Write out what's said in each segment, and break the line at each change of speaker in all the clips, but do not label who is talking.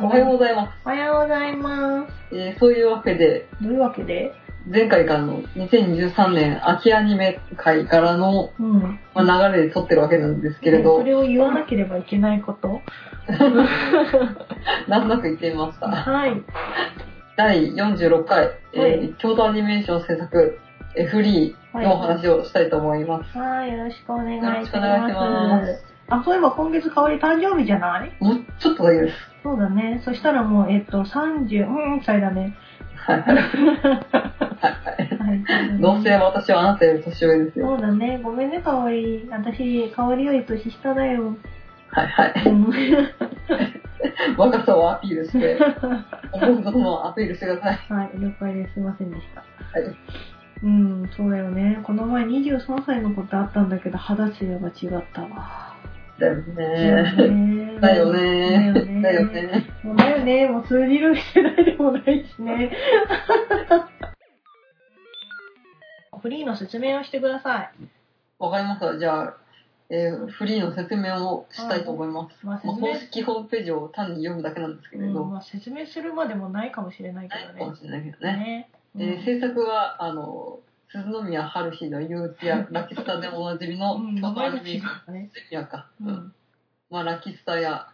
おはようございま。
おはようございます
えーそういうわけで、
す。というわけで、
前回からの2023年秋アニメ会からの、
うん。
まあ、流れで撮ってるわけなんですけれ
そ
ど、
れを言わなければいけないこと。
なんとなく言ってみました。
はい。
第46回、えー
はい
京都アニメーション制作、えーフリーのお話をしたいと思います。
はい、よろしくお願いし
よろ
ま
し
す。
くお願いします。
あ、そういえば今月かおり誕生日じゃない
もうちょっとだけです。
そうだね。そしたらもう、えっと、30、うん、歳だね。
はいはい。はいは
はい。
い。どうせ私はあなたより年上ですよ。
そうだね。ごめんね、かおり。私、かおりより年下だよ。
はい はい。
うん
若さをアピール して、思うこともアピールしてください。
はい、了解です。すいませんでした。
はい。
うん、そうだよね。この前23歳のことあったんだけど、二十歳が違ったわ。
だよね
ね
だよねだよ。ね
もうだよね。もう通じる世代でもない しね。フリーの説明をしてください。
わかりました。じゃあ、えーフリーの説明をしたいと思います。
まあ
まあ、
説
公
明、
式ホームページを単に読むだけなんですけれ
うん
ど、
まあ、説明するまでもないかもしれないけ
ないか
ど
も
ね。
しれないけどね。
ね。うん
えー制作は、あの、鈴宮春日の憂鬱やラキスタでおなじみの
うん
京
名
都ア
前が
ニメー
違
ション、
うね。
鈴宮か。
う
うん
ん。
まあ、ラキスタや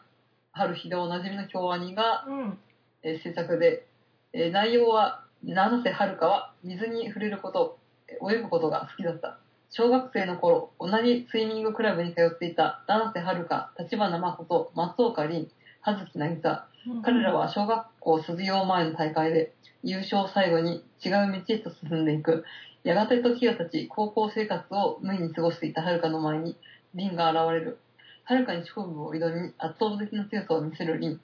春日でおなじみの京アニが、
うん。
えー制作で、えー内容は、七瀬遥は水に触れること、えー泳ぐことが好きだった。小学生の頃、同じスイミングクラブに通っていた七瀬遥香、立花真琴、松岡凛、葉月渚、彼らは小学校卒業前の大会で優勝を最後に違う道へと進んでいく。やがて時が経ち、高校生活を無意に過ごしていた遥の前に、凛が現れる。遥に勝負を挑み、圧倒的な強さを見せる凛。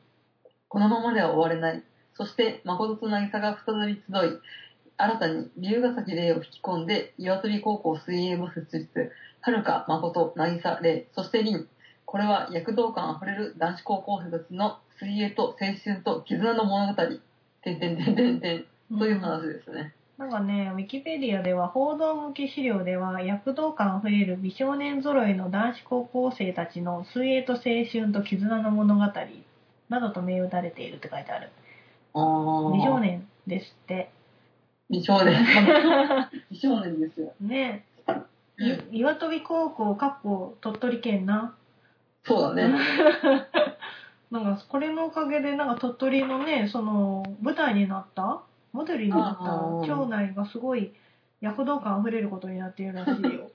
このままでは終われない。そして、誠と渚が再び集い、新たに龍ヶ崎霊を引き込んで、岩取高校水泳部設立。遥か、誠、渚、霊、そして凛。これは躍動感あふれる男子高校生たちの水泳と青春と絆の物語。てんてんてんてんてん。
うん
という話ですね。
なんかね、ウィキペディアでは報道向け資料では躍動感あふれる美少年揃いの男子高校生たちの水泳と青春と絆の物語などと銘打たれているって書いてある。
ああ。
美少。年ですって。
美少 年。美少年ですよ。
ね、
う
い
ん
岩飛高校、かっこ鳥取県な。
そうだね。
なんかこれのおかげでなんか鳥取のね、その舞台になったモデルにな
あー
った町内がすごい躍動感あふれることになっているらしいよ。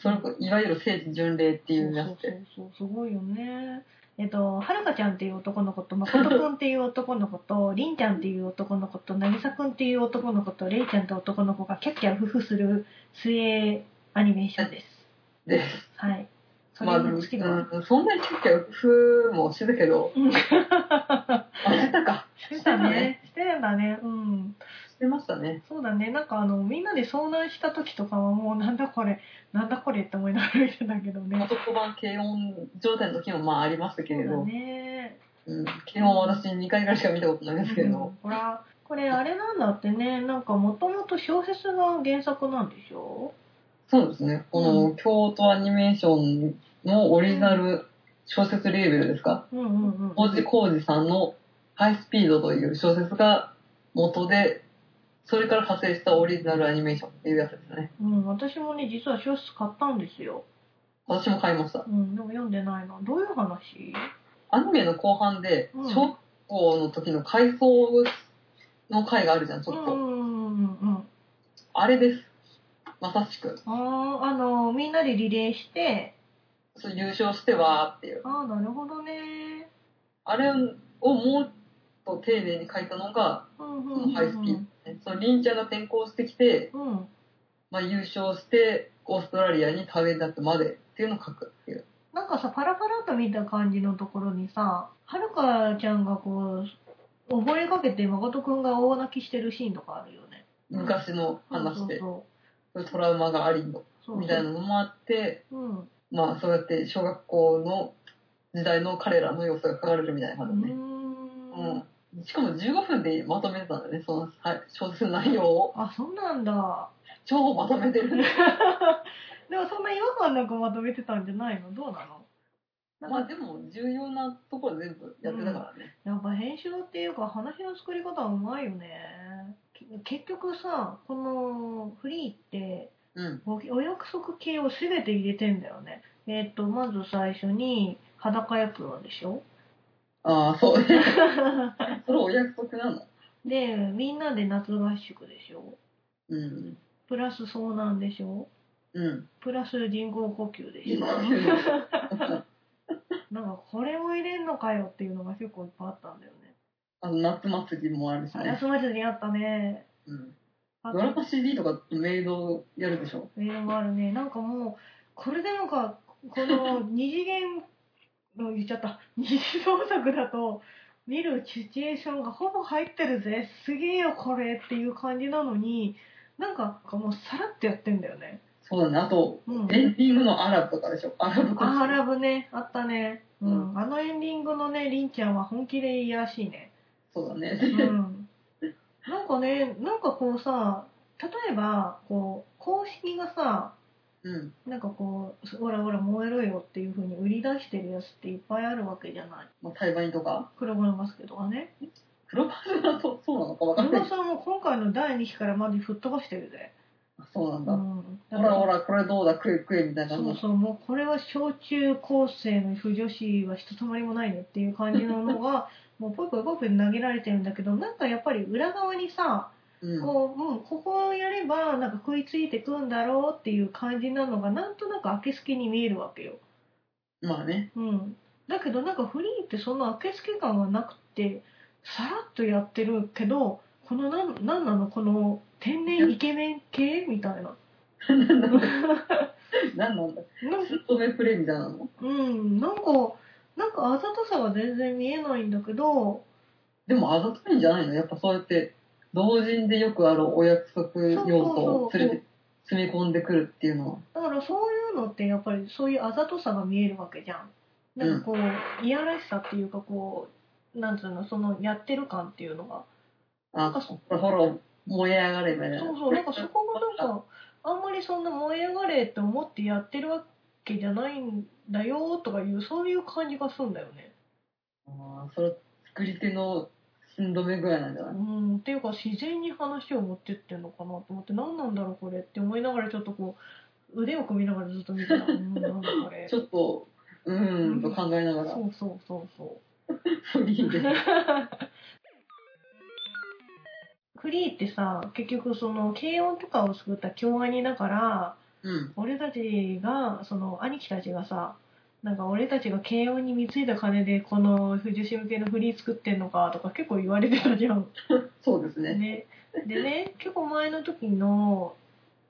それこいわゆる聖地巡礼っていうや
そう
つで。
そうそうすごいよねえっとはるかちゃんっていう男の子とまことくんっていう男の子 とりんちゃんっていう男の子となぎさくんっていう男の子とれいちゃんって男の子がキャッキャ夫婦する水泳アニメーションです
です。
はいそれ
まあ、でも
につきは、
うん、そんなに結構ふもしてたけど、
うん
あ、してたか。
してたねしてたんだねうん
してましたね。
そうだねなんかあのみんなで遭難した時とかはもうなんだこれなんだこれって思いながら見てたけどね
男版軽音状態の時もまあありましたけ
そう
れ
だ
ど、
ね
うん、軽音は私2回ぐらいしか見たことないですけれ
う
ど
ん、ほらこれあれなんだってねなんかもともと小説が原作なんでしょ
そうですね。この、京都アニメーションのオリジナル小説レーベルですか
うんうんうん
大地浩二さんのハイスピードという小説が元で、それから派生したオリジナルアニメーションっていうやつですね。
うん、私もね実は小説買ったんですよ、
私も買いました。
うん、でも読んでないなどういう話
アニメの後半で、
うん
小学校の時の回想の回があるじゃん、ち
う
ょ
ん
っ
う
と。
んうんうん
あれです。まさしく。
あーあのみんなでリレーして
そう優勝してわーっていう。
ああなるほどね
あれをもっと丁寧に書いたのが、
うんうん
そ
うん
の
うん
ハイスピードですね。その凛ちゃんが転校してきて、
うん
まあ、優勝して、オーストラリアに旅立ってまでっていうのを書くっていう。
なんかさパラパラと見た感じのところにさはるかちゃんがこう溺れかけて誠くんが大泣きしてるシーンとかあるよね
昔の話で、
そう
トラウマがありの、
そうそう
みたいなのもあって、
うん
まあ、そうやって小学校の時代の彼らの様子が書かれるみたいな
うー
感じね。
ん
うん。しかも15分でまとめてたんだよね、そのはい小説の内容を。
あそうなんだ
超まとめてる ね。
でもそんな違和感なくまとめてたんじゃないのどうなの
まあでも重要なところ全部やってたからね。
やっぱ編集っていうか話の作り方はうまいよねき結局さこのフリーって
うん。
おお約束系を全て入れてんだよねえっ、とまず最初に裸エプロンでしょ
ああ、 そう。それお約束なの。
でみんなで夏合宿でしょ
うん。
プラス遭難でしょ
うん。
プラス人工呼吸で しょなんかこれも入れんのかよっていうのが結構いっぱいあったんだよね
あの、夏祭りもあるしね。
夏祭りにあったね
うん。
あ
ドラマ CD とかメイドやるでしょ。
メールもあるね。なんかもう、これでもか、この二次元の言っちゃった、二次創作だと、見るシチュエーションがほぼ入ってるぜ、すげえよこれっていう感じなのに、なんかもうさらっとやってんだよね。
そうだね。あと、
うん。
エンディングのアラブとかでしょ。アラブ
あア
歌手。
ラブね、あったね。うん。あのエンディングのね、りんちゃんは本気でいいらしいね。
そうだ
う
ね。
ん。なんかね、なんかこうさ、例えば、こう、公式がさ、
うん。
なんかこう、ほらほら燃えろよっていう風に売り出してるやつっていっぱいあるわけじゃない。
まあ、裁判員とか。
黒子のバスケとかね。
プロパスはそうそうなのかわか
黒
んない。
子さんも今回の第2期からまで吹っ飛ばしてるぜ。
あそうなん
う
だ。
ん。
ほらほら、これどうだ、食え食えみたいな
そ
感
う
じ。
そう、もうこれは小中高生の不女子はひとたまりもないねっていう感じののが、 もうポイポイポイポイ投げられてるんだけど、なんかやっぱり裏側にさ、
うん。
こう、うん、ここをやればなんか食いついてくんだろうっていう感じなのが、なんとなく明け透けに見えるわけよ。
まあ ね。
うん、だけどなんかフリーってその明け透け感がなくてさらっとやってるけどこのなんなんなのこの天然イケメン系みたいな。
なんなんだ。
なん
スッと目プレイみたいなの
うん、なんかなんかあざとさが全然見えないんだけど
でもあざといんじゃないのやっぱそうやって、同人でよくあるお約束要素を連れて、詰め込んでくるっていうのは。
だからそういうのってやっぱりそういうあざとさが見えるわけじゃん。なんかこう、いやらしさっていうかこうなんつうのそのやってる感っていうのが
あ、ほらほら、燃え上がればね。
そうそう、なんかそこがなんか、あんまりそんな燃え上がれって思ってやってるわけじゃないんだよとかいう、そういう感じがするんだよね。
あーそれ、作り手の寸止め具合なんじゃな
う
い
ん、っていうか自然に話を持ってってんのかなと思って、何なんだろうこれって思いながらちょっとこう、腕を組みながらずっと見てた。うん、なんだこ れ。
ちょっと、うーんと考えながら、
そうそうそうそう。
フリーで。
フリーってさ、結局その、軽音とかを作った京アニだから、
うん。
俺たちがその兄貴たちがさなんか俺たちが慶応に貢いだ金でこの女子向けのフリー作ってんのかとか結構言われてたじゃん。
そうですね。
ね、でね結構前の時の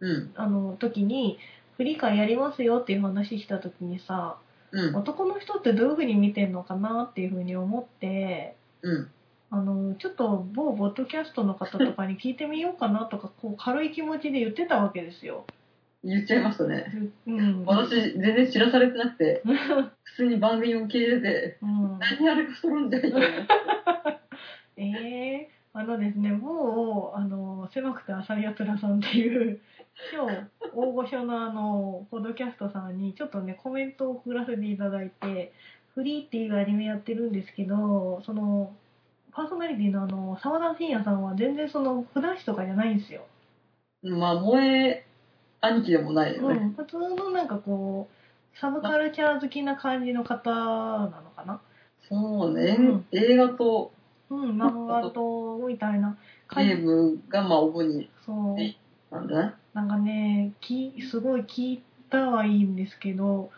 うん。
あの時にフリー会やりますよっていう話した時にさ
うん。
男の人ってどういう風に見てんのかなっていう風に思って
うん。
あのちょっと某ボッドキャストの方とかに聞いてみようかなとかこう軽い気持ちで言ってたわけですよ。
言っちゃいましたね。
うん、
私、全然知らされてなく て、普通に番組を聞いてて、
うん
何あれかそるんじゃいと思って
ええあのですね、もう、あの、狭くて浅いやつらさんっていう、超大御所のあの、ポッドキャストさんに、ちょっとね、コメントを送らせていただいて、フリーっていうアニメやってるんですけど、その、パーソナリティのあの、沢田信也さんは全然その、普段師とかじゃないんですよ。
まあ、萌え兄貴でもないよ
う
ね。
ん、普通のなんかこう、サブカルチャー好きな感じの方なのかな。
そうね、
うん
映画と
うん、漫画と、みたいな
ゲ
感
ー
じ。
ムが、まあ、主に
そう。
なんじゃない
なんかね、きすごい聞いたはいいんですけど、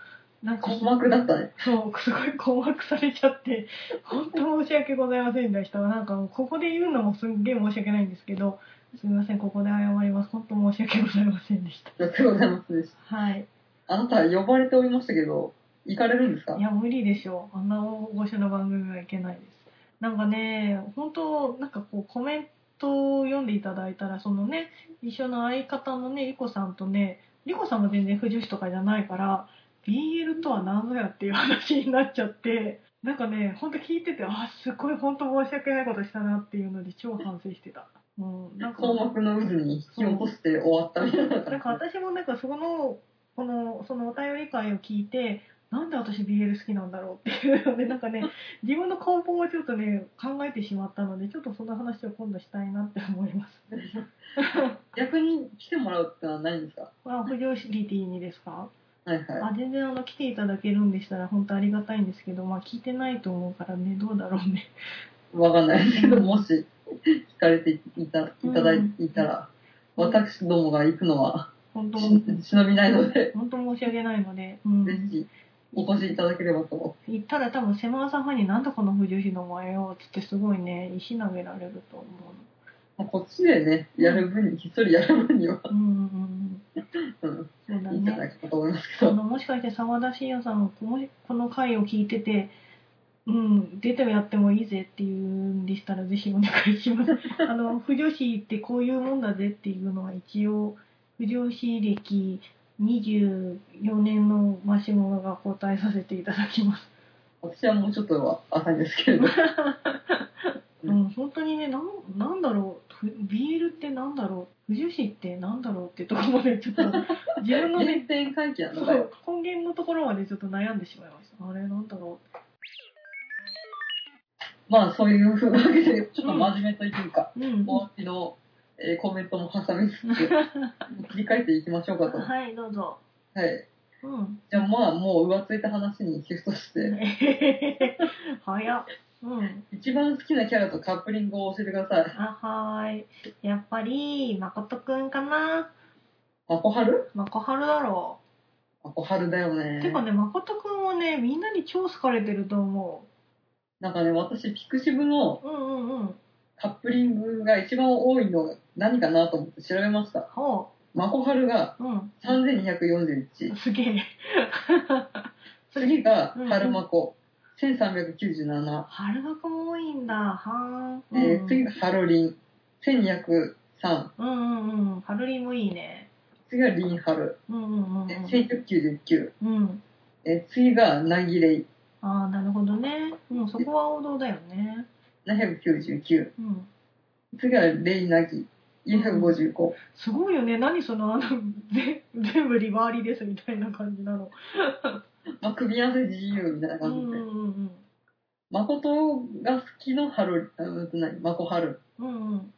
なんか、
鼓膜だったね。
そう、すごい困惑されちゃ って、本当申し訳ございませんでした。なんかもう、ここで言うのもすんげえ申し訳ないんですけど、すみません、ここで謝ります。本当申し訳ございませんでした。
ありがとうございます。
はい。
あなたは呼ばれておりましたけど、行かれるんですか
いや、無理でしょう。あんな大御所の番組はいけないです。なんかね、本当なんかこう、コメントを読んでいただいたら、そのね、一緒の相方のね、リコさんとね、リコさんも全然不女子とかじゃないから、BL とは何ぞやっていう話になっちゃって、なんかね、ほんと聞いてて、あ、すごい本当申し訳ないことしたなっていうので超反省してた。うん、なんか
項目の渦に引き起こして終わったみたいな
なんか私もなんかそこのこのそのお便り会を聞いてなんで私 BL 好きなんだろうっていうのでなん かね自分の根本をちょっとね考えてしまったのでちょっとそんな話を今度したいなって思います。
逆に来てもらうってのはないんですか
あフジョシリティにですか
はいは
あ全然あの来ていただけるんでしたら本当ありがたいんですけどまあ聞いてないと思うからねどうだろう ね。
い。わかんないですけど、もし聞かれていたいただいていたら、私どもが行くのは
本 当
し忍びないので、
本当申し訳ないので、うん、
ぜひお越しいただければと思
行ったら多分セマーさんファンになんだこの不女子の前をっつってすごいね石投げられると 思
う。こっちでね、やる分に、ひっそりやる分には、
う。うんうん
うん、
うん。そうだ
いいんじゃな
ね。
いかと思います
あ
けど。
のもしかして沢田信也さんもこのこの回を聞いてて、うん、出てやってもいいぜっていうんでしたらぜひお願いし ます。あの不女子ってこういうもんだぜっていうのは一応不女子歴24年のマシモが交代させていただきます。
私はもうちょっとは浅いんですけれど。
うん、本当にね、なん、なんだろう、ふ BL ってなんだろう、不女子ってなんだろうってところまでちょっと、自分の ね、
原点回帰な
そ
のかよ
う、根源のところまでちょっと悩んでしまいました。あれ、なんだろ
まあそういうふうなわけで、ちょっと真面目というか、
う。うん。
おわきの、えーコメントも挟みつ つ、切り替えていきましょうかと。は
はい、どうぞ。
い。
うん。
じゃあまあもう浮ついた話にシフトして、
早っ。うん。
一番好きなキャラとカップリングを教えてください。
あ、はーい。やっぱり、まことくんかな。
まこはる
まこはるだろ
まこはるだよね
う。。てかね、まことくんはね、みんなに超好かれてると思
なんかね、私、ピクシブの
う。うんうんうん。
カップリングが一番多いの何かなと思って調べました。
ほ
まこはるが
う。うん。
3241。
すげ え。
次が春まこ、1397。
春学も多いんだ。はーん。
え
う
ー
ん、
次がハロリン、1203。
うんうんうん。春りもいいね。
次がリンハル、
うんうんうん
え
う
1199。
ん。うん。
えー次がナギレイ、
ああ、なるほどね。うん、そこは王道だよね。
799。
うん。
次がレイナギ、455。
すごいよね。何その、 あの、ぜ全部リバーリですみたいな感じなの。
まあ、組み合わせ自由みたいな
うんう
感
ん
じ
う
で。
ん
誠が好きのハロリ、あうんと何、マコハル。
うん。うんうん。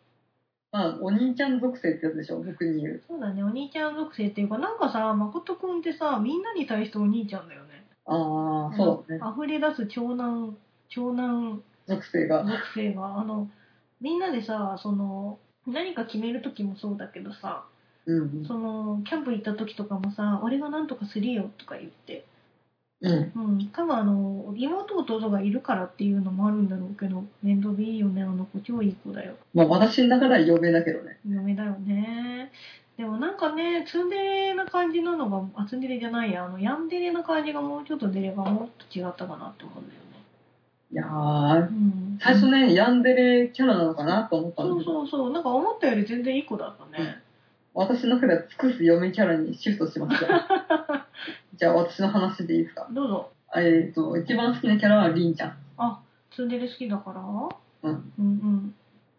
まあ、お兄ちゃん属性ってやつでしょ、僕に言う。
そうだね。お兄ちゃん属性っていうか、なんかさ、誠くんってさ、みんなに対してお兄ちゃんだよね。
ああ、そうだね。
あの溢れ出す長男、長男
属性が。
学生があのみんなでさその何か決める時もそうだけどさ
うん。
そのキャンプ行った時とかもさ「俺がなんとかするよ」とか言って、
うん。
うん、多分あの妹弟がいるからっていうのもあるんだろうけど面倒見いいよねあの子超いい子だよ
まあ、私の中では嫁だけどね。
嫁だよねでもなんかねツンデレな感じなのがあツンデレじゃないやあのヤンデレな感じがもうちょっと出ればもっと違ったかなって思うんだよね、
いやー、
うん、
最初ね、ヤンデレキャラなのかなと思ったんだ
そう
けど。
そうそうなんか思ったより全然いい子だったね、
私の中では尽くす嫁キャラにシフトしました。 じゃあ私の話でいいですか
どうぞ
えっ、と、一番好きなキャラはリンちゃん。
あ、ツンデレ好きだから
うん。
うん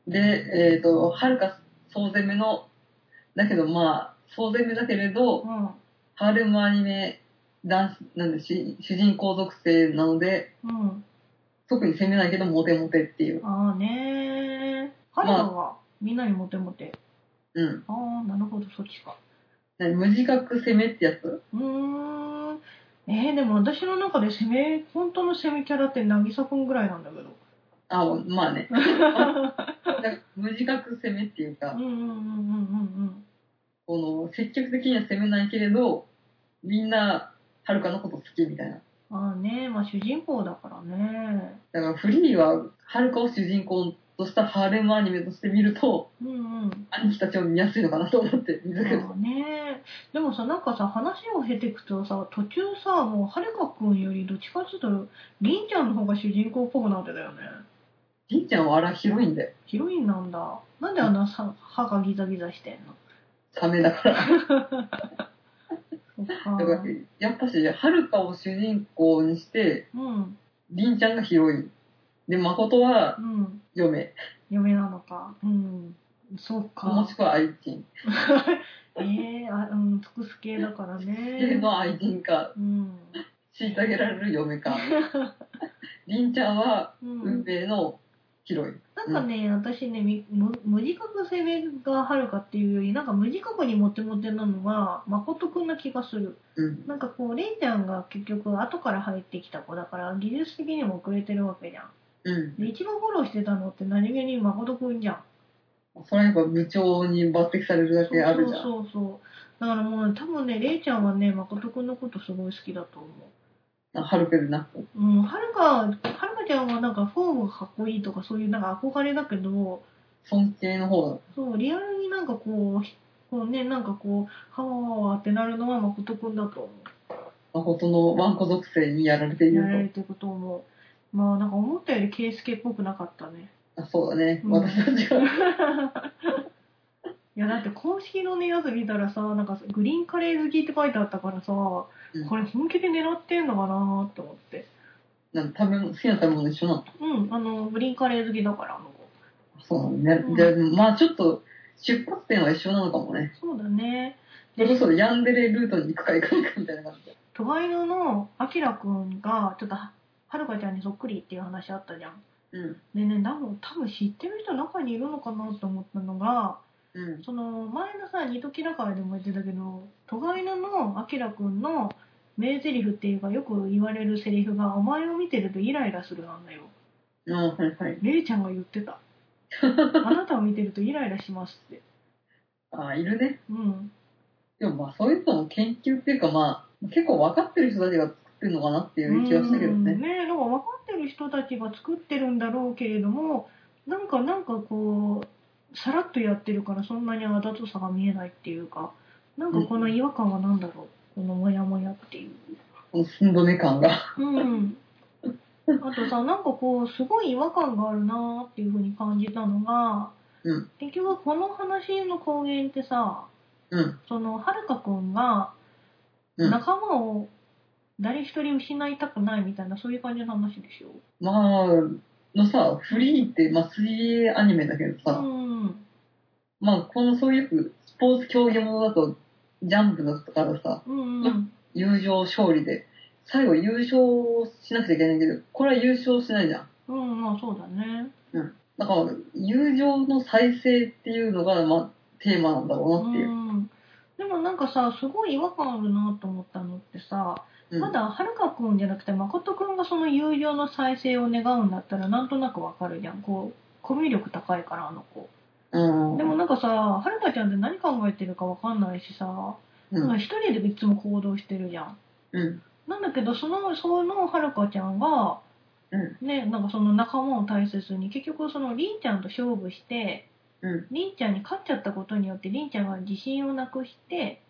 で、えっ、と、はるか総攻めの、だけどまあ、総攻めだけれ
う
ど、
ん。うん。
ハーレムアニメ男子、なんでし主人公属性なので、
うん。
特に攻めないけどモテモテっていう。
ああねー。ハルカがみんなにモテモテ。
うん。
ああ、なるほど、そっちか。
何無自覚攻めってやつ
うーん。えー、でも私の中で攻め、本当の攻めキャラって渚くんぐらいなんだけど。
あ、まあね。だから無自覚攻めっていうか、
うんうんうんうん
この積極的には攻めないけれどみんなはるかのこと好きみたいな
うんうん。ああねー、まあ主人公だからね。
だからフリーははるかを主人公としたハーレムアニメとして見ると
うん うん。
兄貴たちを見やすいのかなと思って見
そ
たけど
うねー。でもさ、なんかさ、話を経ていくとさ、途中さ、もうはるかくんよりどっちかっていうと、りんちゃんの方が主人公っぽくなってたよね。
りんちゃんはあら広いんだよ
ヒロインなんだ。なんであんなさ歯がギザギザしてんの
サメだから
そっ
だから
か。
やっぱしはるかを主人公にして
うん。り
りんちゃんが広いで誠は
うん。
嫁
嫁なのか。うん。そうか。
もしくは愛人。
ええあ、うん、尽くす系だから
家
ね。
の愛人か、
うん。
虐げられる嫁 か。りんちゃんは、
う
運
ん。
命のヒロイン。
なんかね、私ね、み無無自覚性がはるかっていうより、なんか無自覚にモテモテなのは、誠くんな気がする。
うん。
なんかこう、レイちゃんが結局後から入ってきた子だから、技術的にも遅れてるわけじゃん。
うん。
で、一番フォローしてたのって何気に誠くんじゃん。
それはやっぱ部長に抜擢されるだけあるじゃん。
そうそうそう。だからもう、多分ね、レイちゃんはね、誠くんのことすごい好きだと思う。
はるけでなく。
うん、はるか、はるかちゃんはなんかフォームがかっこいいとかそういうなんか憧れだけど、
尊敬の方だ。
そう、リアルになんかこう、ひこうね、なんかこう、はわわわってなるのは誠くんだと思。
誠のワンコ属性にやられていう
やられ
る
てること思う。まあなんか思ったより圭介っぽくなかったね。
と。あそうだね。
うん
私たちが。
いやだって公式のねやつ見たらさなんかグリーンカレー好きって書いてあったからさ、
ん
これ本気で狙ってんのかなーって思って
なんか食べ物、好きな食べ物一緒なの。
うんあのグリーンカレー好きだからあの子
そうなんだね。
うん
じゃあ、まあちょっと、出発点は一緒なのかもね。
そうだね
それこそヤンデレルートに行くか行かないかみたいな感じで。
トガイヌのあきらくんがちょっとははるかちゃんにそっくりっていう話あったじゃん
うん。
でね多分多分知ってる人中にいるのかなと思ったのが
うん。
その前のさ「二度きらから」でも言ってたけど戸ガイナのあきらくんの名台詞っていうかよく言われるセリフが「お前を見てるとイライラする」なんだよ
あはいはい。
レイちゃんが言ってた「あなたを見てるとイライラします」って
あいるね。
うん
でもまあそういうのも研究っていうかまあ、結構分かってる人たちが作ってるのかなっていう気はしたけど
うん
ね。
ねだから分かってる人たちが作ってるんだろうけれどもなんかなんかこうさらっとやってるからそんなにあだとさが見えないっていうかなんかこの違和感は何だろう、このモヤモヤっていう
この寸止め感が。
うん。あとさ、なんかこう、すごい違和感があるなーっていうふうに感じたのが、
うん
結局この話の根源ってさ、
うん。
その、はるかくんが
うん
仲間を誰一人失いたくないみたいな、そういう感じの話でしょ。
まあ、のさ、フリーって、まあ水泳アニメだけど
う
さ、
ん。
まあこのそういうスポーツ競技ものだと、ジャンプだとかさ、
うんうん。
友情勝利で、最後優勝しなくちゃいけないけど、これは優勝しないじゃん。
うん、まあそうだね。
だから、友情の再生っていうのが、まあ、テーマなんだろうなっていう。
ん。でもなんかさ、すごい違和感あるなと思ったのってさ、
うん
まだはるかくんじゃなくて誠くんがその友情の再生を願うんだったらなんとなくわかるじゃんこうコミュ力高いからあの子
うん。
でもなんかさはるかちゃんって何考えてるかわかんないしさ
うん
なんか一人でいつも行動してるじゃん
うん。
なんだけどそのそのはるかちゃんが、
うん
ねなんかその仲間を大切に結局そのりんちゃんと勝負して
うん。
りんちゃんに勝っちゃったことによってりんちゃんが自信をなくして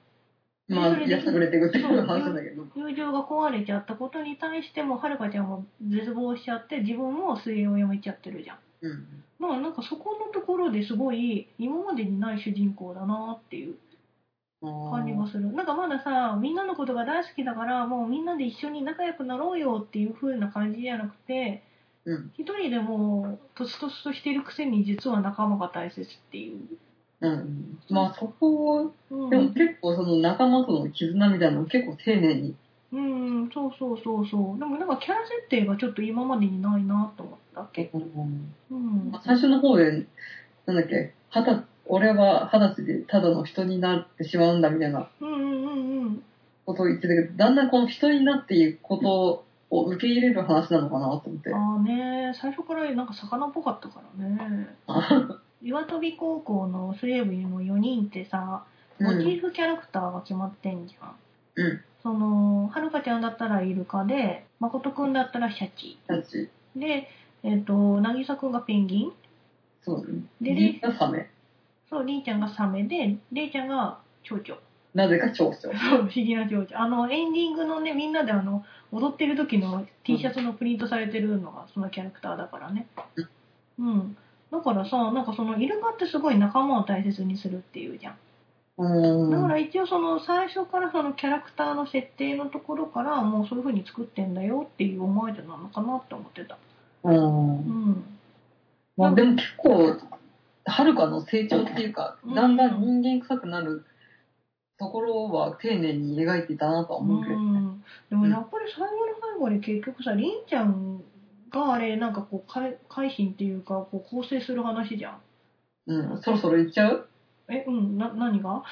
まあ、やさぐれていくっていう話なんだけど。
友情が壊れちゃったことに対してもはるかちゃんも絶望しちゃって自分も水泳をやめちゃってるじゃん
うん。
だからなんかそこのところですごい今までにない主人公だなっていう感じがするなんかまださみんなのことが大好きだからもうみんなで一緒に仲良くなろうよっていう風な感じじゃなくて
うん。
一人でもうとつとつとしてるくせに実は仲間が大切っていう、
うん。まあ、そこを、
うん、
でも結構その仲間との絆みたいなのを結構丁寧に。
うんそうそうそうそうでもなんかキャラ設定がちょっと今までにないなと思ったっけ
うん
うん
まあ最初の方で、なんだっけ、二十歳、俺は二十歳でただの人になってしまうんだみたいな
うんうんうんうん
ことを言ってたけど、だんだんこの人になっていくことを受け入れる話なのかなと思って。
ああね最初からなんか魚っぽかったからね岩飛高校の水泳部の4人ってさモチーフキャラクターが決まってんじゃん、
うん
そのはるかちゃんだったらイルカで誠くんだったらシャチ
だし、
でえっ、と渚くんがペンギン
そうね。
で
みんなサメ。
そうりんちゃんがサメでれいちゃんが蝶々
なぜか長所。
そう不思議な蝶々あのエンディングのねみんなであの踊ってる時の T シャツのプリントされてるのがそのキャラクターだからねうんだからさなんかそのイルカってすごい仲間を大切にするっていうじゃん
う
だか
ーん。
ら一応その最初からそのキャラクターの設定のところからもうそういう風に作ってんだよっていう思いでなのかなって思ってた
う。
うんん
まあでも結構、はるかの成長っていうか、
うん
だんだん人間臭くなるところは丁寧に描いていたなとは思うけど、
ん、でもやっぱり最後の最後で結局さりんちゃんがあれなんかこう改改心っていうかこう構成する話じゃん
うん、そろそろ行っちゃう
えうんな何が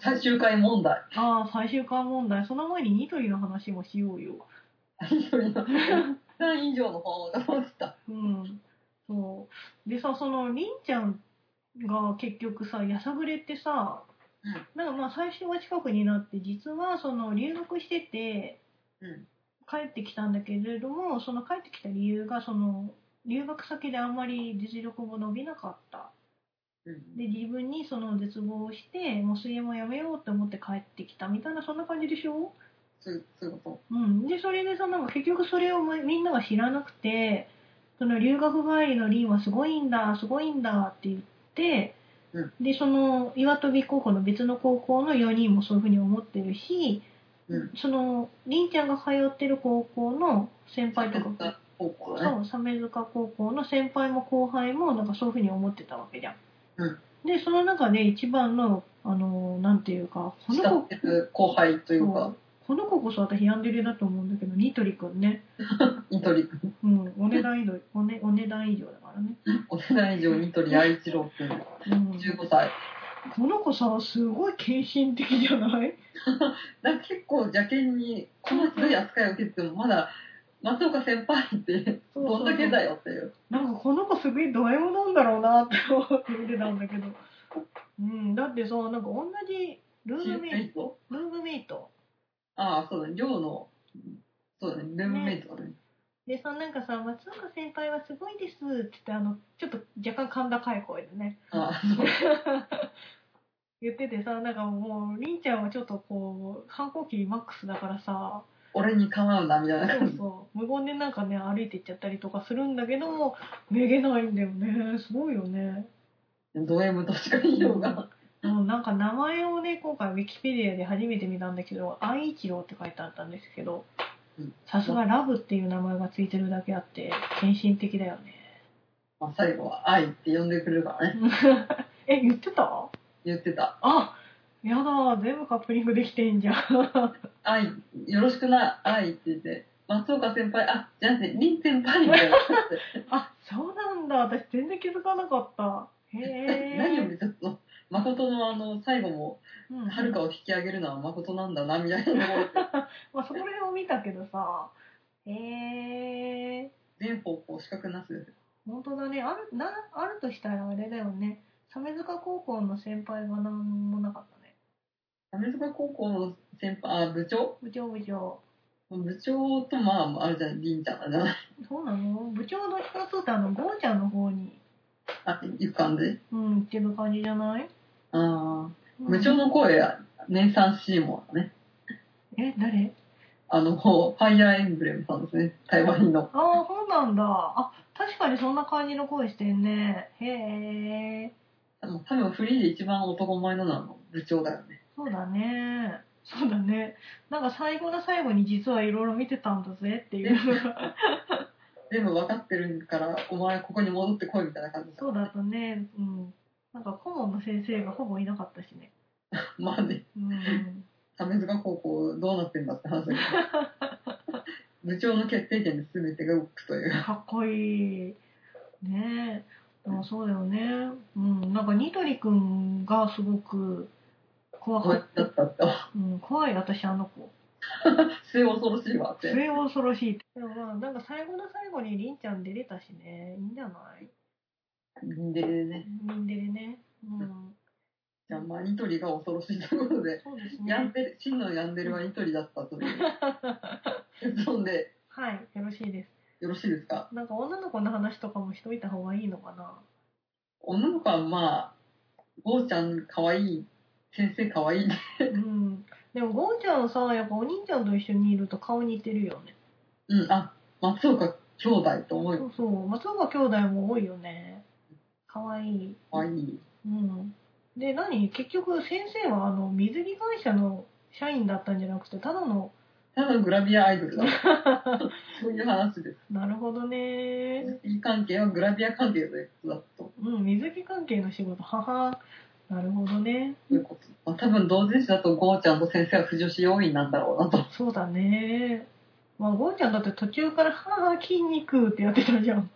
最終回問題。
ああ最終回問題その前にニトリの話もしようよ
何以上の本が落ちた。
うんそうでさそのりんちゃんが結局さやさぐれってさ、
うん
なんかまあ最初は近くになって実はその留学してて
うん。
帰ってきたんだけれどもその帰ってきた理由がその留学先であんまり実力も伸びなかった
うん。
で自分にその絶望してもう水泳もやめようって思って帰ってきたみたいなそんな感じでしょ、
そうそういうこ
うん、でそれでさなんか結局それをみみんなが知らなくてその留学帰りのリンはすごいんだすごいんだって言って、
うん
でその岩飛び高校の別の高校の4人もそういうふうに思ってるし、
うん
そのりんちゃんが通ってる高校の先
と。
輩とか
高校だね。
そう鮫塚高校の先輩も後輩もなんかそういうふうに思ってたわけじゃん、
うん
でその中で一番のあのなんていうかこ
慕
の
ってる後輩とい
子
うか、
この子こそ私ヤンデレだと思うんだけどニトリくんね、
ニトリ、
うん、お値段以上お,、ね、お値段以上だからね、
お世代以上ニトリ愛一郎くん、
うん、
15歳。
この子さすごい献身的じゃない
なんか結構邪険に、こんな強い扱いを受けてても、まだ、松岡先輩って、
そうそう
どんだけだよっていう。
なんかこの子すごいド M なんだろうなって思って見てたんだけど、うん、だってさなんか同じルームメイトルームメイト
ああ、そうだね、寮の、そうだね、ルームメイトだね。
で、そのなんかさ、松岡先輩はすごいですって言って、あの、ちょっと若干甲高い声でね、
ああ、そう。
言っててさ、なんかもう、りんちゃんはちょっとこう、反抗期マックスだからさ、
俺に構うな、みたいな
そ
感
う
じ。
そう、無言でなんかね、歩いていっちゃったりとかするんだけど、めげないんだよね、すごいよね。
ド M としか言いようが。
もうなんか名前をね、今回ウィキペディアで初めて見たんだけど、愛一郎って書いてあったんですけど
うん、
さすがラブっていう名前がついてるだけあって、献身的だよね。
まあ、最後は愛って呼んでくれるからね。
え、言ってた
言ってた。
あやだ全部カップリングできて んじゃん
愛、よろしくな、愛って言って、松岡先輩、あ、じゃなくて、凛先輩みたいな感 じで。
あそうなんだ私全然気づかなかったへえ
何よりちょっと、誠のあの、最後も、
うん
はるかを引き上げるのは誠なんだな、みたいなところって、
まあ、そこら辺を見たけどさへえ
全方向資格なす。
本当だねあるなあるとしたらあれだよね鮫塚高校の先輩が何もなかったね
亀塚高校の先輩、あ、部長
部長部長
部長と、まあ、あるじゃん、凛ちゃんだな。
そうなの部長の一つってあのゴーちゃんの方に
あ、いう感じ。
うん行ってる感じじゃない、
あ
う
あ。
ん
部長の声、年産シーモアだね。
え誰
あの、ファイヤーエンブレムさんですね。台湾人の。
ああ、そうなんだ。あ、確かにそんな感じの声してんね。へえ。
もう多分フリーで一番男前なのは部長だよね。
そうだね。そうだね。なんか最後の最後に実はいろいろ見てたんだぜっていう。
全部分かってるから、お前ここに戻ってこいみたいな感じだ
そうだったね。うん。なんか顧問の先生がほぼいなかったしね。
まあね、
うん。
亀塚高校どうなってんだって話だけど。部長の決定権で全てが動くという。
かっこいい。ねえ。でもそうだよね。うん。なんかニトリくんがすごく怖か
だ
っ。
ったたって。
うん。怖い、私あの子。
末恐ろしいわっ
そ
て。
れは恐ろしいって。でもまあ、なんか最後の最後にりんちゃん出れたしね、いいんじゃない
でね、
みんでれね。うん。
じゃあまあニトリが恐ろしいということで、
そうです
やん
ね。
でる、真のヤンデルはニトリだったという。結論で、
はい、よろしいで
よろしいですか
す。なんか女の子の話とかもしといた方がいいのかな。
女の子はまあ、ゴーちゃん可愛い、先生可愛い。
うん。でも、ゴンちゃんさ、やっぱお兄ちゃんと一緒にいると顔似てるよね。
うん、あ、松岡兄弟と思う
そ
よ。
うそう。松岡兄弟も多いよね。かわいい。
可愛い。
うん。で、何結局先生はあの水着会社の社員だったんじゃなくて、ただの
ただグラビアアイドルだわそういう話です。
なるほどね。
水着関係はグラビア関係ということだと。
うん、水着関係の仕事、はは。なるほどね。
いうこと。まあ、多分同人誌だとゴーちゃんと先生は不女子要員なんだろうなと。
そうだね。まあ、ゴーちゃんだって途中から、はあ、筋肉ってやってたじゃん。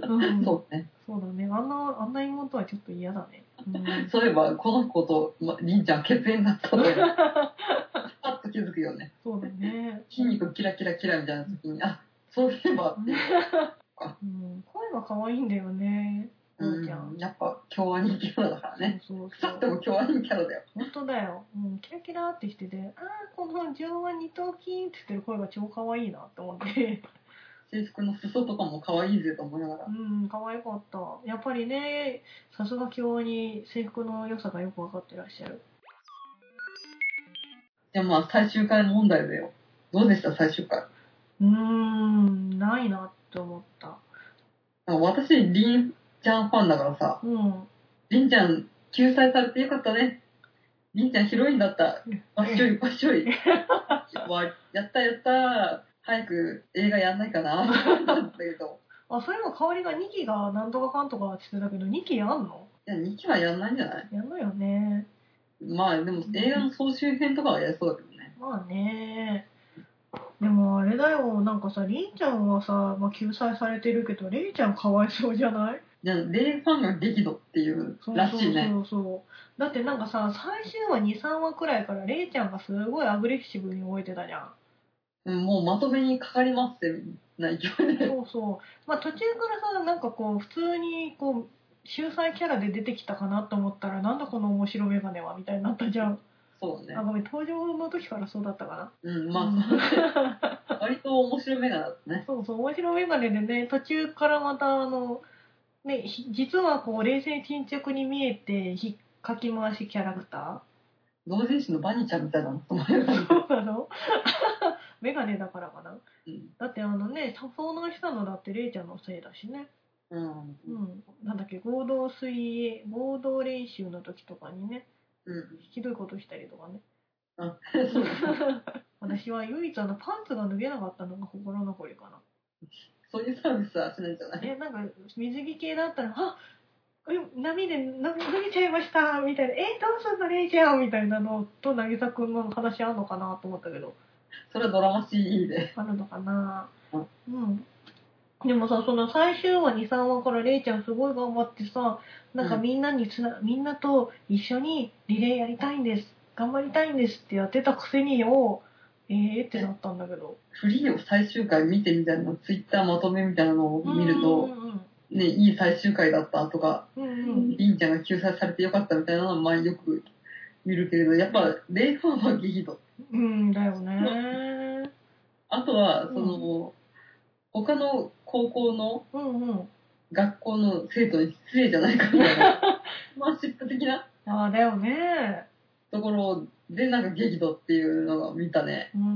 うん、 そう
そうね。
だね。あんな、あんな妹はちょっと嫌だね。うん、
そういえば、この子と、ま、りんちゃん血縁だったのよ。パッと気づくよね。
そうだね。
筋肉キラキラキラみたいな時に、あ、そういえば、
うん、声が可愛いんだよね。ゴ
う
ーちゃん
ん、。やっぱ京アニキャラだからね。
そうそ
腐
う
っ
そ
て
う。
も京アニキャラだよ。
本当だよ。うん、キラキラってしてて、ああ、この上腕二頭筋って言ってる声が超可愛いなって思って。
制服の裾とかも可愛いぜと思いながら
う。ん、可愛かった。やっぱりね、さすが京アに制服の良さがよく分かってらっしゃる。
じゃあまあ最終回問題だよ。どうでした最終回。
うーん、ないなって思った。
なんか私、りんちゃんファンだからさ、
うん。
りんちゃん救済されてよかったね。りんちゃんヒロインだった
うん。
ばっしょいばっし ょい。わやったやった。早く映画やんないかな。なんだけど。
あ、そういえば香りが2期がなんとかかんとかって言ってたけど、2期やんの
いや、2期はやんないんじゃない
やんのよね。
まあでも映画の総集編とかはやりそうだけどね。
まあね。でもあれだよ、なんかさ、りんちゃんはさ、まあ、救済されてるけど、れいちゃんかわいそうじゃない
じゃあ、レイファンが激怒っていう
そう
ら
そう
しいね。
そうそうだってなんかさ最終話23話くらいからレイちゃんがすごいアグレッシブに動いてたじゃん
うんもうまとめにかかりますってな勢いで。
そうそうまあ途中からさなんかこう普通にこう秀才キャラで出てきたかなと思ったらなんだこの面白メガネはみたいになったじゃん
そうね
あ。ごめん登場の時からそうだったかな
うん、まあ そう割と面白めがだったね。
そうそう面白メガネでね途中からまたあのねひ実はこう冷静沈着に見えてひっかき回しキャラクター
同人誌のバニちゃんみたいだなと思いま
そうなの メガネだからかな、
うん
だってあのね想像したのだってレイちゃんのせいだしね、
うん。
うん、なんだっけ合同水泳合同練習の時とかにね
うん。
ひどいことしたりとかね
あ、そう。
私は唯一あのパンツが脱げなかったのが心残りか
そういうサービスはしないんじゃな
ないえなんか水着系だったらあうん波でな脱げちゃいましたみたいな「えどうすんのレイちゃん」みたいなのと渚君の話あんのかなと思ったけど
それはドラマ CD で。
あるのかな
うん
うんでもさその最終話23話からレイちゃんすごい頑張ってさなんか
うん
みんなにつな、みんなと一緒にリレーやりたいんです頑張りたいんですってやってたくせによえーってなったんだけど
フリーを最終回見てみたいな、ツイッターまとめみたいなのを見る
う
と、
ん
ね、いい最終回だったとか、
うんうんうんうん
りんちゃんが救済されてよかったみたいなのは、まあよく見るけれど、やっぱ、レイファンは激怒。
うんだよね
あとは、その、他の高校の
うんうん
学校の生徒に失礼じゃないかみたいな、マンシップ的な
ああだよね
ところで、なんか激怒っていうのが見たね。
うんうんう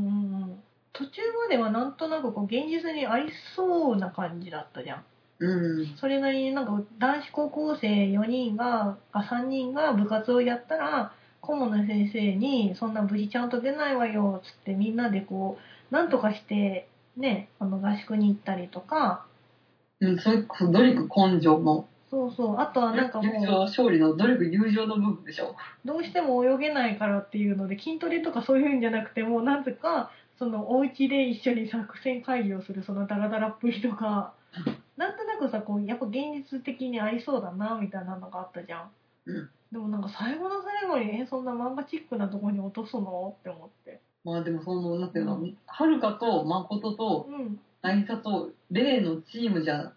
ん途中まではなんとなくこう現実にありそうな感じだったじゃん
うん。
それなりになんか男子高校生4人があ3人が部活をやったら顧問の先生に「そんな部費ちゃんと出ないわよ」っつってみんなでこうなんとかしてねあの合宿に行ったりとか
うん、そういう努力根性の、
そうそうあとはなんか
友情
もう
勝利の努力友情の部分でしょ。
どうしても泳げないからっていうので筋トレとかそういうんじゃなくてもうなぜかそのお家で一緒に作戦会議をするそのダラダラっぷりとかなんとなくさこうやっぱ現実的にありそうだなみたいなのがあったじゃん。
うん
でもなんか最後の最後にえそんな漫画チックなとこに落とすのって思って。
まあでもその、なんていうの、はるかと誠と
うん。
なぎさと、例のチームじゃ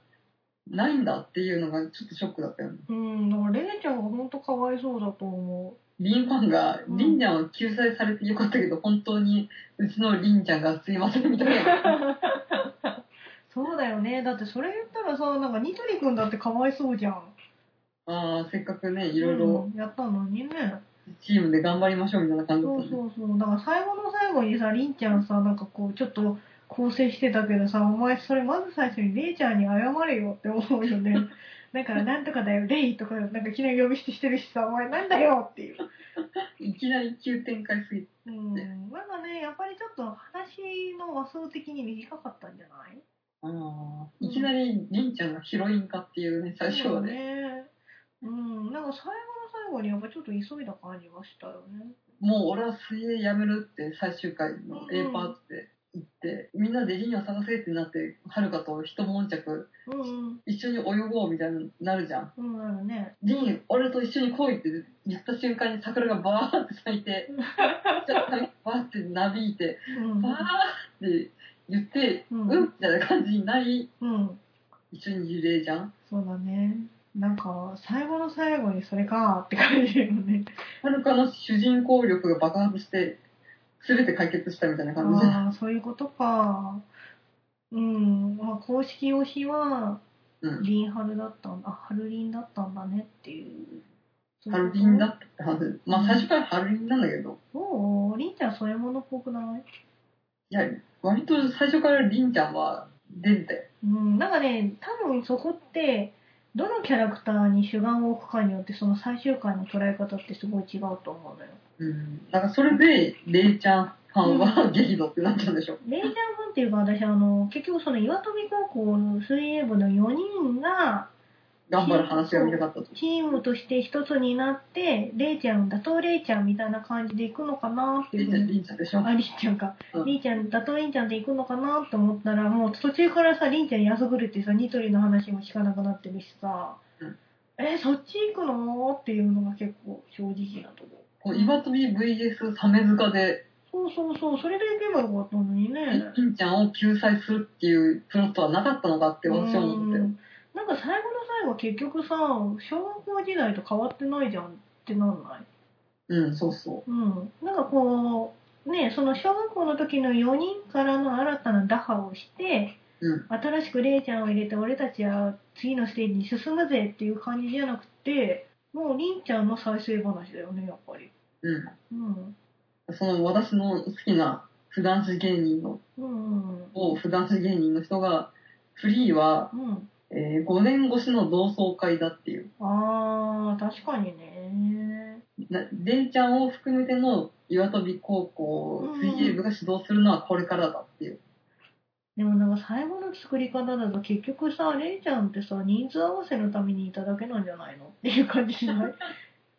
ないんだっていうのがちょっとショックだったよね。
うん。だからレイちゃんが本当かわいそうだと思
リンファンが、
うん
リンちゃんは救済されてよかったけど、本当にうちのリンちゃんがすいませんみたいな。
う。そうだよね。だってそれ言ったらさなんかニトリくんだってかわいそうじゃん。
ああ、せっかくね、いろいろ
うんやったのにね。
チームで頑張りましょうみたいな感じだっ
そう
たね。
そうそう。だから最後の最後にさ、りんちゃんさ、なんかこう、ちょっと構成してたけどさ、お前それまず最初にレイちゃんに謝れよって思うよ ね。なんか、なんとかだよ、レイとか、なんかいきなり呼び捨てしてるしさ、お前なんだよっていう。
いきなり急展開すぎて。
うん。なんかね、やっぱりちょっと話話の話数的に短かったんじゃない
あーいきなりりんちゃんがヒロイン化っていうね最初は
そう
ね
ね。うん、なんか最後の最後にやっぱちょっと急いだ感じがしたよね。
もう俺は水泳やめるって最終回の A パートで言って、みんなでりんを探せってなってはるかと一悶着
うんうん。
一緒に泳ごうみたいになるじゃん
うん、なるね。
りん俺と一緒に来いって言った瞬間に桜がバーって咲いてちょっとバーってなびいて
うん
バーって言って
う。
うんんみたいな感じになり
うん。
一緒に揺れじゃん
そうだね。なんか、最後の最後にそれかって感じよね。
はるかの主人公力が爆発して全て解決したみたいな感じじゃん
ああ、そういうことか。うん。まあ、公式推しは、
うん
リンハルだったんだ。あ、ハルリンだったんだねっていう。
ハルリンだったって話まあ最初からハルリンなんだけど
おお、リンちゃんそういうものっぽくない
いや割と最初からりんちゃんは出てたよ
うん、なんかね、多分そこって、どのキャラクターに主眼を置くかによって、その最終回の捉え方ってすごい違うと思うのよ。
うんだからそれでレイちゃんファン
う
は
ん
激怒ってなったんでしょ
レイジャーファンっていうか、私、あの、結局その岩飛高校の水泳部の4人が、
頑張る話が見たかったと
チームとして一つになって、レイちゃん、打倒レイちゃんみたいな感じでいくのかなってい
り
うんふ
ちゃ
うんに。
りんちゃんでしょ
あ、リンちゃんか
う。ん
リンちゃん、打倒リンちゃんでいくのかなと思ったら、もう途中からさ、リンちゃん安ぐるってさ、ニトリの話も聞かなくなってるしさ
うん、
え、そっち行くのっていうのが結構正直なとこ。
こう岩飛び VS サメ塚で
そうそうそう、それで行けばよかったのにね。
りんちゃんを救済するっていうプロットはなかったのかって私は思った
う
よ
んなんか最後の最後結局さ、小学校時代と変わってないじゃんってなんない
うんそうそ
うん、なんかこうねその小学校の時の4人からの新たな打破をして、
うん
新しくレイちゃんを入れて俺たちは次のステージに進むぜっていう感じじゃなくてもうりんちゃんの再生話だよねやっぱり。
ううん
うん
その私の好きなフランス芸人の
うんうん
某フランス芸人の人がフリーは、
うん、
え5年越しの同窓会だっていう
あー確かにね
なレイちゃんを含めての岩飛び高校
うん
水泳部が指導するのはこれからだっていう、
でもなんか最後の作り方だと結局さレイちゃんってさ人数合わせのためにいただけなんじゃないのっていう感じしない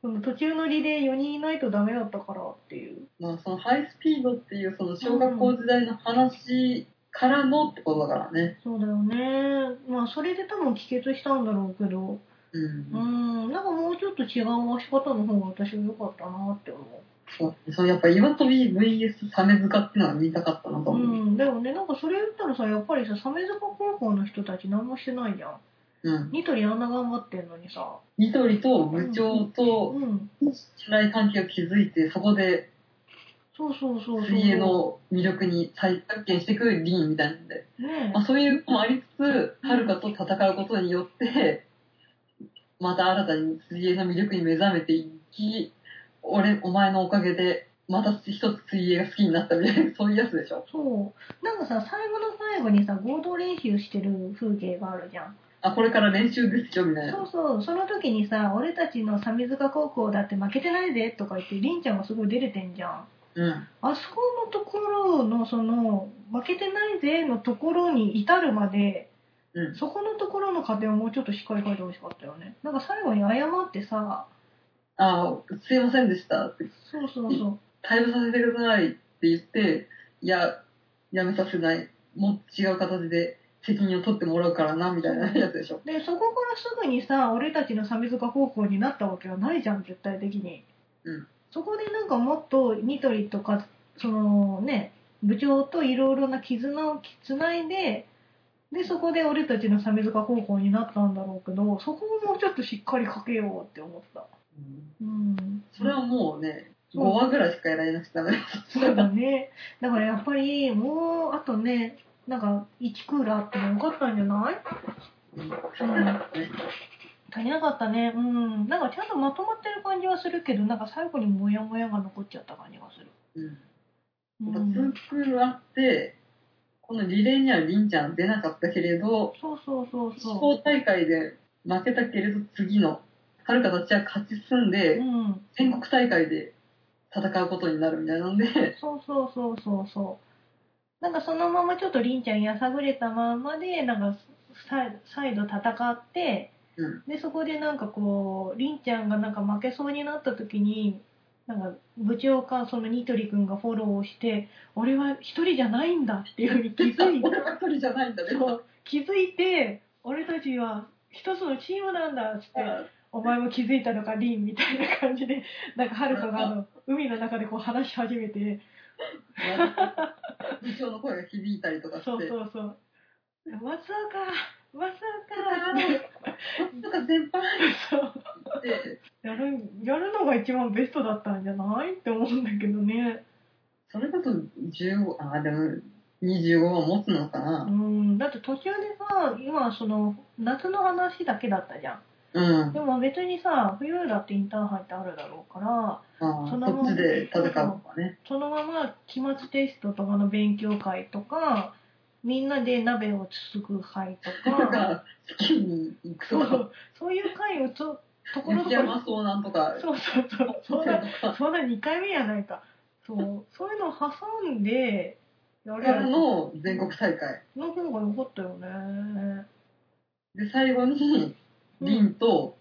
その途中のリレー4人いないとダメだったからっていう
まあそのハイスピードっていうその小学校時代の話からのってことだからね
そうだよねまあそれで多分帰結したんだろうけど
うん、
うんなんかもうちょっと違う合わし方の方が私は良かったなって思う
そうそうやっぱ岩飛び VS サメ塚っていうのは見たかったなと
う
思う、
んだよねなんかそれ言ったらさやっぱりさ鮫塚高校の人たち何もしてないじゃん
うん、
ニトリあんな頑張ってんのにさ
ニトリと部長と
うん
信頼関係を築いてそこで
そうそうそうそう
水泳の魅力に再発見していくリンみたいなんで、
ねえ
まあ、そういうのもありつつはるかと戦うことによってまた新たに水泳の魅力に目覚めていき俺お前のおかげでまた一つ水泳が好きになったみたいな そういうやつでしょ
そう。なんかさ、最後の最後にさ、合同練習してる風景があるじゃん。
あこれから練習ですよみたいな
そうそう、その時にさ、俺たちの鮫塚高校だって負けてないぜとか言って、りんちゃんがすごい出れてんじゃん。
うん
あそこのところの、その、負けてないぜのところに至るまで、
うん
そこのところの過程をもうちょっとしっかり書いてほしかったよね。なんか最後に謝ってさ、
あすいませんでしたって
そうそうそう。
退部させてくださいって言っていややめさせないもっと違う形で責任を取ってもらうからなみたいなやつでしょ
で、そこからすぐにさ、俺たちの鮫塚高校になったわけはないじゃん、絶対的に。
うん
そこでなんかもっとニトリとか、そのね、部長といろいろな絆をつないで、で、そこで俺たちの鮫塚高校になったんだろうけど、そこをもうちょっとしっかりかけようって思った。うん。
それはもうね、
うん
5話ぐらいしかやらなくちゃダメです。
そうだね。だからやっぱり、もう、あとね、なんか、1クーラーあってもよかったんじゃないうん。足りなかったね。うん。なんかちゃんとまとまってる感じはするけど、なんか最後にモヤモヤが残っちゃった感じがする。う
うん。ツー
ん、
クールあって、このリレーにはりんちゃん出なかったけれど、
そうそうそう
地
そ
方大会で負けたけれど次の、はるかたちは勝ち進ん
う。う
で、
ん。
全国大会で戦うことになるみたいなので、
そうそうそうそうそう。なんかそのままちょっとりんちゃんやさぐれたままでなんか再再度戦って、
うん
でそこでなんかこうりんちゃんがなんか負けそうになった時になんか部長かそのニトリ君がフォローをして「俺は一人じゃないんだ」っていうふうに気づいて
俺は一人じゃないんだね。
そう気づいて「俺たちは一つのチームなんだ」っつってお前も気づいたのか、リンみたいな感じで、なんか、はるかがあの、海の中でこう話し始めて、
部長の声が響いたりとかして。
そうそうそう。松岡松
あ
岡
ーなんか先輩
そう。
って、
やる、やるのが一番ベストだったんじゃないって思うんだけどね。
それこそ15、あー、でも25は持つのかな。
うん、だって途中でさ、今その、夏の話だけだったじゃ
うん
ん。。でも別にさ、冬だってインターハイってあるだろうから、
あー
その
そっちで戦うとかね。
そのまま期末テストとかの勉強会とか、みんなで鍋をつつく会と
だか
か、
ら、好きに行く
そ
とか、
う、そういう回をちょところど
雪
ころ
山。遭難とか、
そうそうそう。そんな、そんな2回目やないか。そう、そういうのを挟んで、や
から
れの
の全国大会。
の方が良かったよね。
で、最後に、
うん
凛と、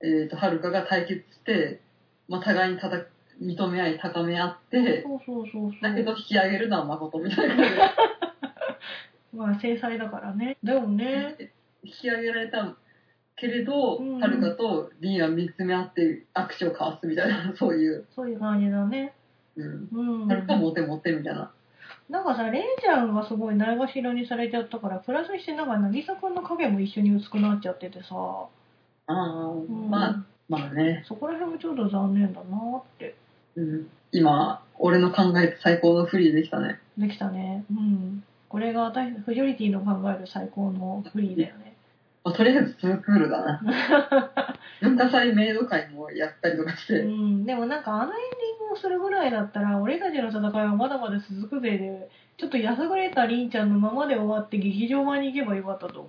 えっ、と、はるかが対決して、まあ、互いにたた認め合い、高め合って、
そうそうそうそ
だけど
う。
引き上げるのは誠みたいな感じで
まあ制裁だからね。だよね。
引き上げられたけれど、
うん
はるかと凛は見つめ合って握手を交わすみたいな、そういう、
そういう感じだね。
うん。
うん。
はるか
な
モテモテみたいな。
んかさ、レイちゃんがすごいないがしろにされちゃったから、プラスしてなんか渚くんの影も一緒に薄くなっちゃっててさ。
ああ、
うん
まあ、まあね、
そこら辺もちょっと残念だなって。
うん。今、俺の考えて最高のフリーできたね。
できたね。うん。これが私、フジョリティの考える最高のフリーだよね。
まあ、とりあえずツークールだな。文化祭メイド会もやったりとかして、
うん、でもなんかあのエンディングをするぐらいだったら俺たちの戦いはまだまだ続くぜでちょっとやさぐれたりんちゃんのままで終わって劇場版に行けばよかったと思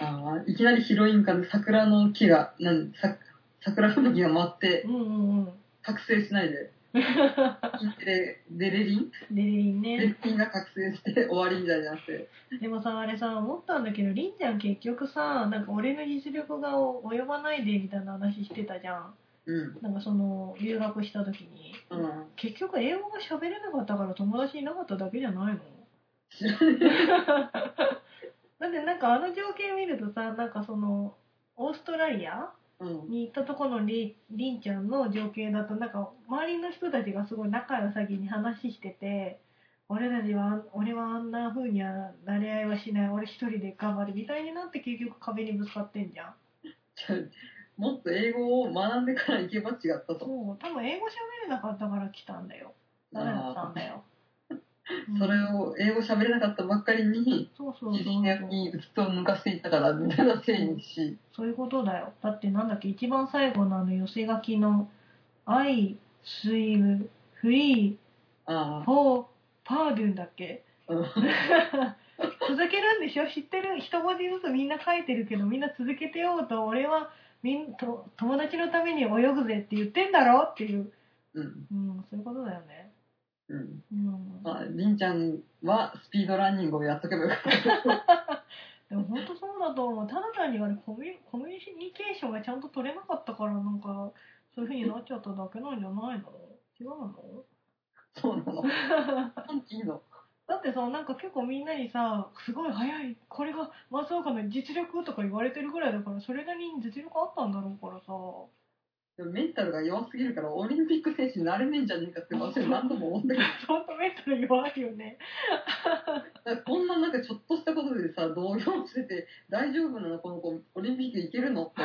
うの
あーいきなりヒロインから桜の木が、なんさ桜吹雪が舞って、
うんうんうん
覚醒しないで。で、デレリン
でりん
デレ
ね
リンが覚醒して終わりみたいになって。
でもさあれさ思ったんだけどりんちゃん結局さなんか俺の実力が及ばないでみたいな話してたじゃん
うん。
なんかその留学した時に
うん。
結局英語が喋れなかったから友達いなかっただけじゃないの
知らない。
だってなんかあの情景見るとさなんかそのオーストラリア
うん。
に行ったところのりりんちゃんの情景だとなんか周りの人たちがすごい仲良さげに話してて俺たちは俺はあんな風にはなれ合いはしない俺一人で頑張るみたいになって結局壁にぶつかってんじゃん
ちょもっと英語を学んでから行けば違った
そ
と。
う多分英語喋れなかったから来たんだよダメだったんだよ、うん
それを英語喋れなかったばっかりに、
そうそうそう
自
そ
信
う
にうつと抜かしていったから、みたいなせいにし、
そういうことだよだってなんだっけ一番最後のあの寄せ書きの「I swim free
あ
for pardon」だっけ
あ、うん
続けるんでしょ知ってる一文字ずつみんな書いてるけどみんな続けてようと俺はみんと友達のために泳ぐぜって言ってんだろっていう、
うん。
うん、そういうことだよね、
うん。
うん、
まあ、りんちゃんはスピードランニングをやっとけばよかった。
でも本当そうだと思うただ単にあれコミュコミュニケーションがちゃんと取れなかったからなんかそういうふうになっちゃっただけなんじゃないの違うの
そうなの。いいの。
だってさなんか結構みんなにさ「すごい速いこれが松岡の実力」とか言われてるぐらいだからそれなりに実力あったんだろうからさ
でもメンタルが弱すぎるからオリンピック選手になれねえんじゃねえかって私は何度も思ったけど
そんなメンタル弱いよね。
だからこんななんかちょっとしたことでさ、動揺してて、大丈夫なのこの子、オリンピック行けるのって。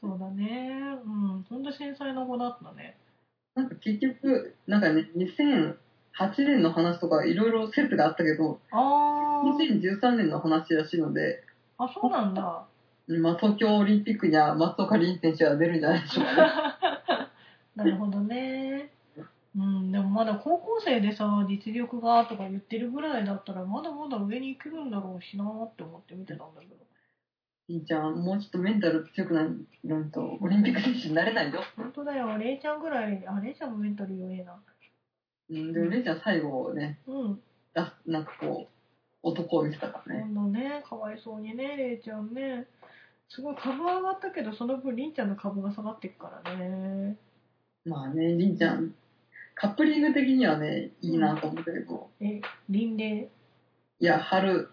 そうだね。うん。ほんと繊細な子だったね。
なんか結局、なんかね、2008年の話とかいろいろ説があったけど、
あー。
2013年の話らしいので、
あ、そうなんだ。
まあ、東京オリンピックには松岡凛選手は出るんじゃないでしょうか。
なるほどね。うん、でもまだ高校生でさ、実力がとか言ってるぐらいだったら、まだまだ上に行けるんだろうしなって思って見てたんだけど。
りんちゃん、もうちょっとメンタル強くないないと、オリンピック選手になれないよ。
本当だよ、レイちゃんぐらい、あ、レイちゃんもメンタル弱えな。
うん、でも、レイちゃん最後ね、
うん。
出す、なんかこう、男を見せたからね。
今度ね、かわいそうにね、レイちゃんね。すごい株上がったけど、その分、りんちゃんの株が下がっていくからね。
まあね、りんちゃん、カップリング的にはね、いいなと思ったけど、
え、りんで、
いや、春、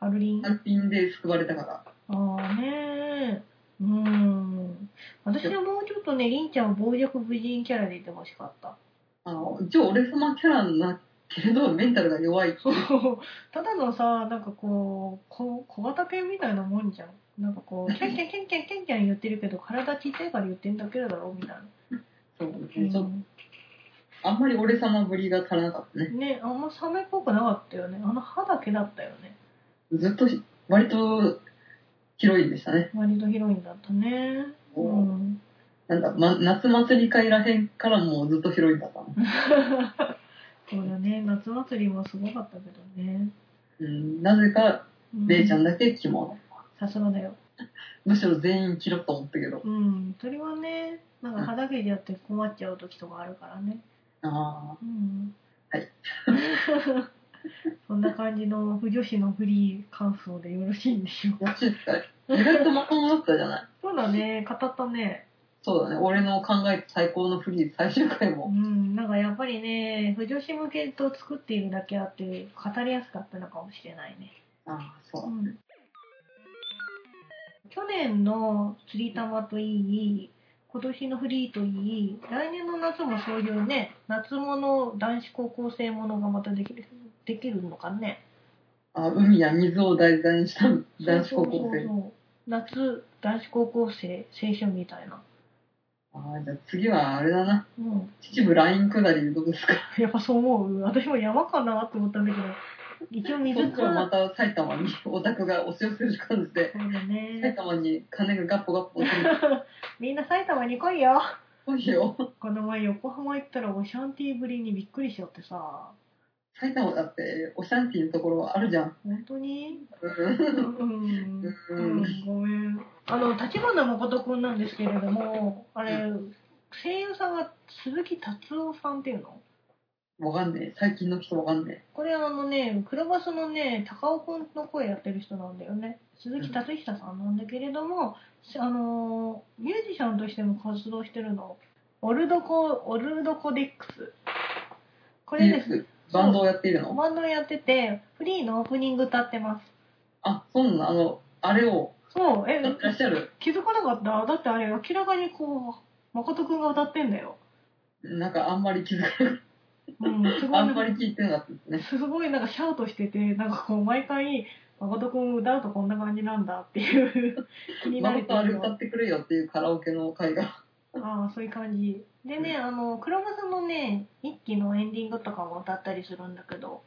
はるりん。あ
単品で救われたから。
あねうん。私はもうちょっとね、りんちゃんを傍若無人キャラでいてほしかった。
あの、一応俺様キャラなけれど、メンタルが弱いって
そ
いうう。。
ただのさ、なんかこう、こ小型犬みたいなもんじゃん。なんか こう、キャンキャンキャンキャンキャンキャン言ってるけど、体ちっちゃいから言ってるだけだろ、みたいな。
そうね、
うん
ちょっと、あんまり俺様ぶりが足らなかったね。
ね、あんまサメっぽくなかったよね。あの歯だけだったよね。
ずっとひ、割と、ヒロインでしたね。
割と広いんだったね。うん。
なんだ、ま、夏祭り会らへんからもうずっとヒロインだったの。
そうだね、夏祭りもすごかったけどね。
うん、なぜか、
うん
レイちゃんだけ着物。
さすがだよ。
むしろ全員着ろと思ったけど。
うん。鳥はね、なんか歯だけでやって困っちゃう時とかあるからね。
あ
うん。
はい。
そんな感じの不女子のフリー感想でよろしいんでしょう
あ、よ
か。
ろしいですか意外とまともだったじゃない。
そうだね、語ったね。
そうだね、俺の考えて最高のフリー最終回
う
も。
ん、なんかやっぱりね、不女子向けと作っているだけあって、語りやすかったのかもしれないね。
ああ、そうう。
ん、去年の釣り玉といい、今年のフリーといい、来年の夏もそういうね、夏物、男子高校生ものがまたできるできるのかね。
あ海や水を題材にした男子高校
そうそう
生。
そう夏、男子高校生、青春みたいな。
ああ、じゃあ次はあれだな。
うん。
秩父ライン下りどうですか
やっぱそう思う。私も山かなと思ったんだけど、一応水
そっ
か
からまた埼玉にオタクが押し寄せる感じで、
そうだ
埼
ね。
玉に金がガッポガッポ落ちる。
みんな埼玉に来いよ。
そうよ。
この前横浜行ったらオシャンティーぶりにびっくりしちゃってさ。
埼玉だって、オシャンティのところあるじゃん。
本当に
うん
うん、うん
う
うん
ん。
ごめん。あの、立花誠くんなんですけれども、あれ、声優さんが鈴木達夫さんっていうの
わかんねえ。最近の人わかんね
これあのね、黒バスのね、高尾くんの声やってる人なんだよね。鈴木達久さんなんだけれども、あのー、ミュージシャンとしても活動してるの。オルドコ、オルドコデックス。こ
え。
れ
ニュー
です。
ス、バンドをやっているの
バンドやってて、フリーのオープニング歌ってます。
あ、そうなのあの、あれを、
そう、え
や、ってらっしゃる。
気づかなかっただってあれ明らかにこう、誠くんが歌ってんだよ。
なんかあんまり 気づかな
うん、すごい
あ
なんんか
まり聞いてなかったですね。
すごいなんかシャウトしてて、なんかこう毎回、誠くん歌うとこんな感じなんだっていう 気にな
ま
る
とあれ歌ってくれよっていうカラオケの会が。
ああ、そういう感じ。でね、あの、クロムスのね、一期のエンディングとかも歌ったりするんだけど、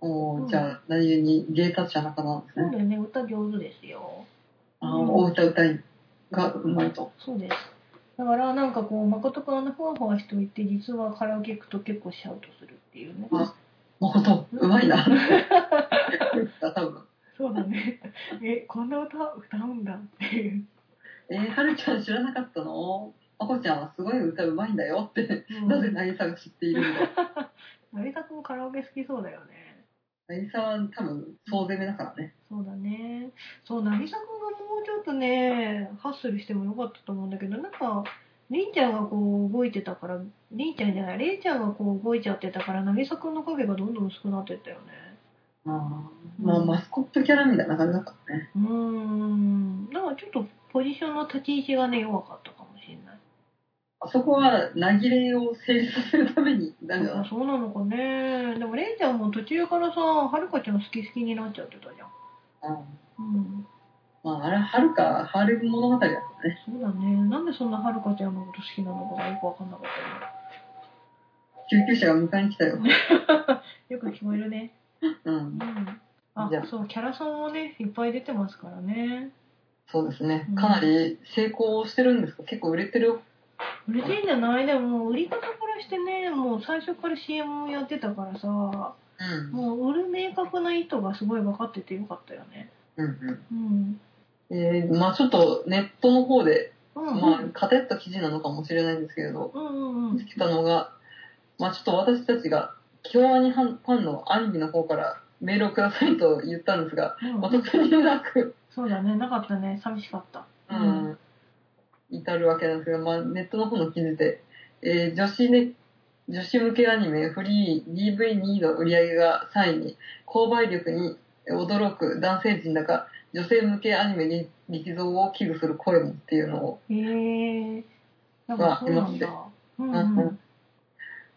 お
うん
ーじゃあ、何気に芸達者仲間なんです
そう
ね。
だよね、歌上手ですよ。
あー
うん
お歌歌いがうまいと。
そうです。だから、なんかこう、誠くんあの、ふわふわしておいて、実はカラオケ行くと結構シャウトするっていうね。
あ誠、うまい な。多分。
そうだね。 え、こんな歌歌うんだっていう。
えー、はるちゃん知らなかったのまこちゃんはすごい歌うまいんだよって、なぜ渚が知っているんだ
成田くんカラオケ好きそうだよね。
渚は多分、総攻めだからね。
そうだね。そう、渚くんがもうちょっとね、ハッスルしてもよかったと思うんだけど、なんか、りんちゃんがこう動いてたから、りんちゃんじゃない、れいちゃんがこう動いちゃってたから、渚くんの影がどんどん薄くなってったよね。
あーまあ、マスコットキャラみたいな感じだからね。
うーん。なんかちょっとポジションの立ち位置がね、弱かったかもしれない。
あそこは、なぎれを成立させるために、なん
あ
か、
そうなのかね。でもれいちゃんも途中からさ、はるかちゃん好き好きになっちゃってたじゃん。
あ
うん。
ーまあ、あれ、はるか、ハーレム物語だからね。
そうだね。なんでそんなはるかちゃんのこと好きなのかがよくわかんなかったね。
救急車が迎えに来たよ。
よく聞こえるね。
う。
うんん。あ
じゃあ、
そう、キャラさんもね、いっぱい出てますからね。
そうですね
うん。
かなり成功してるんですか結構売れてる
売れてんじゃないでも、売り方からしてね、もう最初から CM をやってたからさ、も
うん。
う売る明確な意図がすごい分かっててよかったよね。
うんう
うん。
ん。えー、まあちょっとネットの方で、
うん、うん。
まあ偏った記事なのかもしれないんですけれど、
うんうんう
見
ん
つ。けたのが、まあちょっと私たちが京アニファンファンの兄貴の方からメールをくださいと言ったんですが、
うん
お得になく、
そうだね、なかったね、寂しかった。
う。ん、至るわけなんですけど、まあ、ネットの方の記事で、えー女子ね、女子向けアニメフリー DV2 の売り上げが3位に、購買力に驚く男性陣だが、女性向けアニメに力増を危惧する声もっていうのを、
へえ。なんかそうなんだ。うん
ます
うん。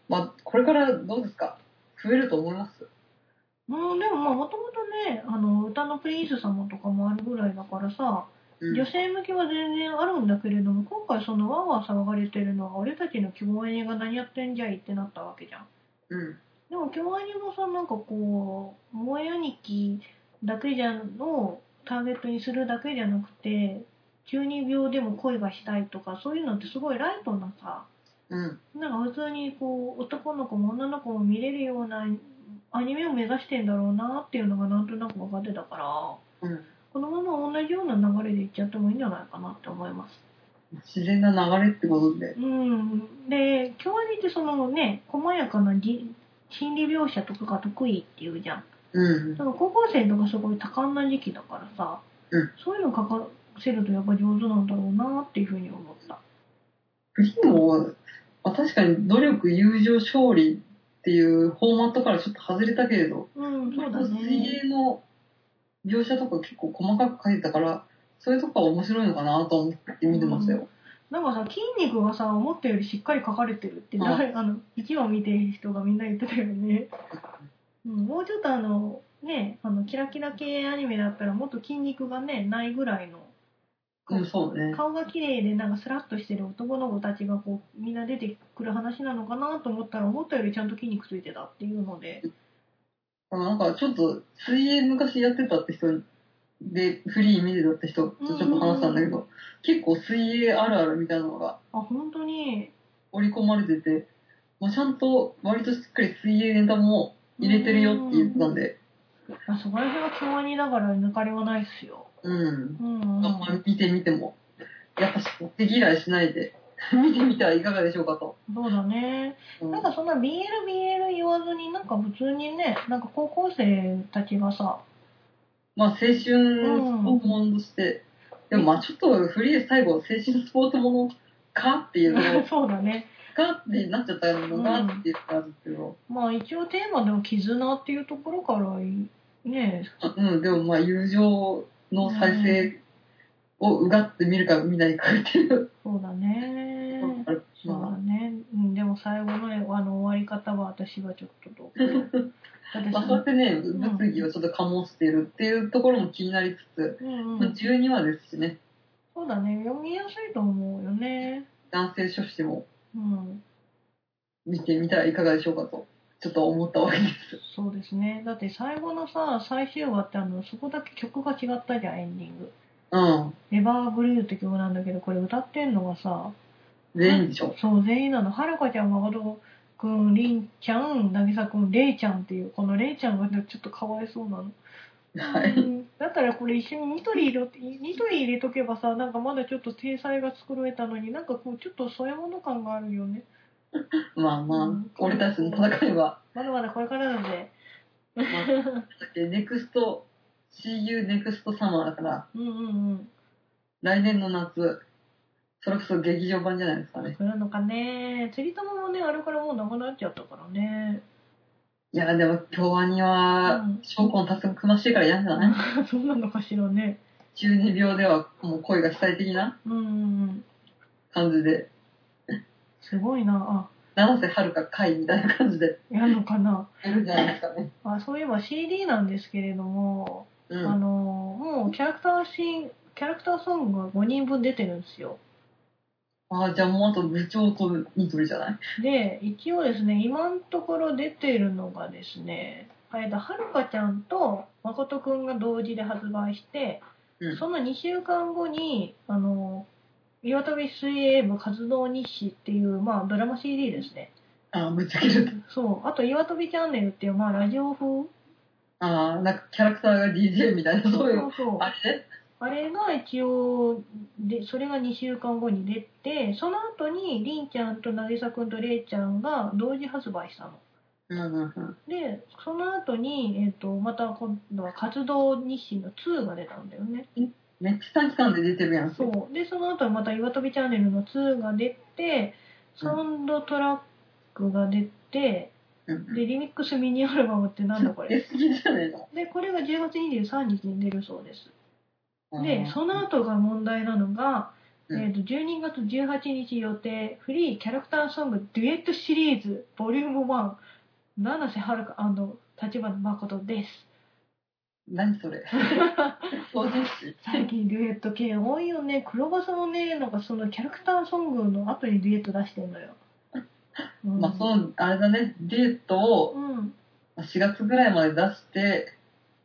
まあ、これからどうですか増えると思います
うん、でもまあもともとね、あの、歌のプリンス様とかもあるぐらいだからさ、
うん
女性向けは全然あるんだけれども、今回そのわーわー騒がれてるのは、俺たちの希望映が何やってんじゃいってなったわけじゃん。
うん。
でも京アニもさなんかこう萌え兄貴だけじゃのターゲットにするだけじゃなくて中二病でも恋がしたいとかそういうのってすごいライトなさ
うん。
なんか普通にこう男の子も女の子も見れるようなアニメを目指してんだろうなっていうのがなんとなく分かってたから
うん。
このまま同じような流れでいっちゃってもいいんじゃないかなって思います。
自然な流れってことで。
うん、で京アニってそのね細やかなじ心理描写とかが得意っていうじゃん。
うん
だ。から高校生とかすごい多感な時期だからさ、
うん
そういうの書かせるとやっぱ上手なんだろうなっていうふうに思った。
フリーも、まあ、確かに努力、友情、勝利っていうフォーマットからちょっと外れたけれど、
うん、そうだ
水
ね。
泳の描写とか結構細かく書いてたから、そういうとこは面白いのかなと思って見てましたよ。
なんかさ、筋肉がさ、思ったよりしっかり書かれてるって、
うん
誰あの、1話見てる人がみんな言ってたよ ね。うん、もうちょっとあの、ね、あの、キラキラ系アニメだったらもっと筋肉がね、ないぐらいの。
うん、そうね。
顔が綺麗でなんかスラッとしてる男の子たちがこうみんな出てくる話なのかなと思ったら思ったよりちゃんと筋肉ついてたっていうので
なんかちょっと水泳昔やってたって人で、フリー見てたって人とちょっと話したんだけど、結構水泳あるあるみたいなのが
あ本当に
織り込まれてて、まあ、ちゃんと割としっかり水泳ネタも入れてるよって言ってたんで、
あそこら辺は共和にだから抜かりはないっすよ。
うん、
うん、
まあ見てみても、やっぱ手嫌いしないで、 見てみてはいかがでしょうかと。
そうだね。
うん
なんかそんな BL、BL 言わずに、なんか普通にね、なんか高校生たちがさ、、
まあ、青春スポーツものとして、でもまあちょっとフリー最後、青春スポーツものかっていうのを
そうだね。
かってなっちゃったのがっていう感じですけど、
まあ一応テーマでも絆っていうところからい、ね、
うん、でもまあ友情の再生をうがって見るか見ないかっていう
そう
とこ
だ
ろ
ね。
から、
そうだ
ま
ね。うん、で私はちょっとどうか、でも最後のあの終わり方は私はちょっとどうか。
あ、
私
まあ、そうやってね、物議をちょっと醸しているっていうところも気になりつつ、
うんう
まあ
ん、
12話ですしね、
そうだね。読みやすいと思うよね。
男性諸子も
うん。
見てみたらいかがでしょうかと、ちょっと思ったわけです。
そうですね。だって最後のさ、最終話ってあの、そこだけ曲が違ったじゃん、エンディング。
うん。
エバーブルーって曲なんだけど、これ歌ってんのがさ、
全員でしょ。
そう、全員なの。はるかちゃん、まことくん、りんちゃん、なぎさくん、れいちゃんっていう、このれいちゃんがねちょっとかわいそうなの。
は
う
い。
んだったらこれ一緒にニトリ入れと、ニトリ入れとけばさ、なんかまだちょっと体裁が作れたのに、なんかこう、ちょっと添え物感があるよね。
まあまあ、
うん
俺たちの戦い は、
まだまだこれからだぜ。
まあ、だってネクスト、CU ネクストサマーだから、
うんうんうん。
来年の夏、それこそ劇場版じゃないですかね。
来るのかね釣り玉もねあれからもうなくなっちゃったからね
いや、でも、京アニは
うん、
証拠の達成くましいから嫌じゃない
そうなのかしらね
?12 秒ではもう恋が主体的な
うんうんうん
感じで、
すごいな
七瀬はるか会みたいな感じで
あやるのかな
やるんじゃないですかね。
あそういえば CD なんですけれども、
う
あ
ん。
のもうキャラクターシーンキャラクターソングが5人分出てるんですよ
ああ、じゃあもうあと部長とニトリじゃない
で一応ですね今のところ出てるのがですねあえっとはるかちゃんとまことくんが同時で発売して、
うん
その2週間後にあの岩飛水泳部活動日誌っていう、まあ、ドラマ CD ですね
ああ、ぶっちゃけると。
そうあと岩飛チャンネルっていう、まあ、ラジオ風
ああ、なんかキャラクターが DJ みたいな、そういう。
そう
あれ
あれが一応でそれが2週間後に出てその後にりんちゃんとなぎさくんとれいちゃんが同時発売したの
うんうんうん。
でその後に、えっとまた今度は活動日誌の2が出たんだよね
めっちゃ短期間で出てるやん。
そうでその後また「岩飛びチャンネル」の2が出てサウンドトラックが出て
うん。
でリミックスミニアルバムってなんだこ
出
れ
過ぎじゃねえの
でこれが10月23日に出るそうです
う
で
ん
その後が問題なのが、
うん
えー、と12月18日予定フリーキャラクターソングデュエットシリーズボリューム1七瀬はるか立花誠です
何 それおじし。
最近デュエット系多いよね黒バさもねなんかそのキャラクターソングの後にデュエット出してんのよ、うん
まあ、その、あれだね、デュエットを
うん
4月ぐらいまで出して、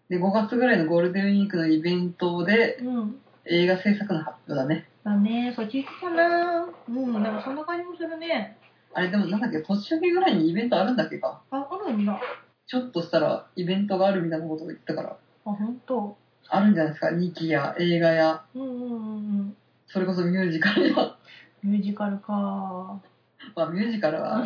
で、5月ぐらいのゴールデンウィークのイベントで
うん
映画制作の発表だね。
だねこれ聞いてたなうんなんかそんな感じもするね
あれ、でもなんだっけ、年明けぐらいにイベントあるんだっけか。
ああるんだあ
ちょっとしたらイベントがあるみたいなことを言ったから、
本当。
あるんじゃないですか。2期や映画や、
うんうんうんうん
それこそミュージカルや。
ミュージカルか
まあ、ミュージカル は、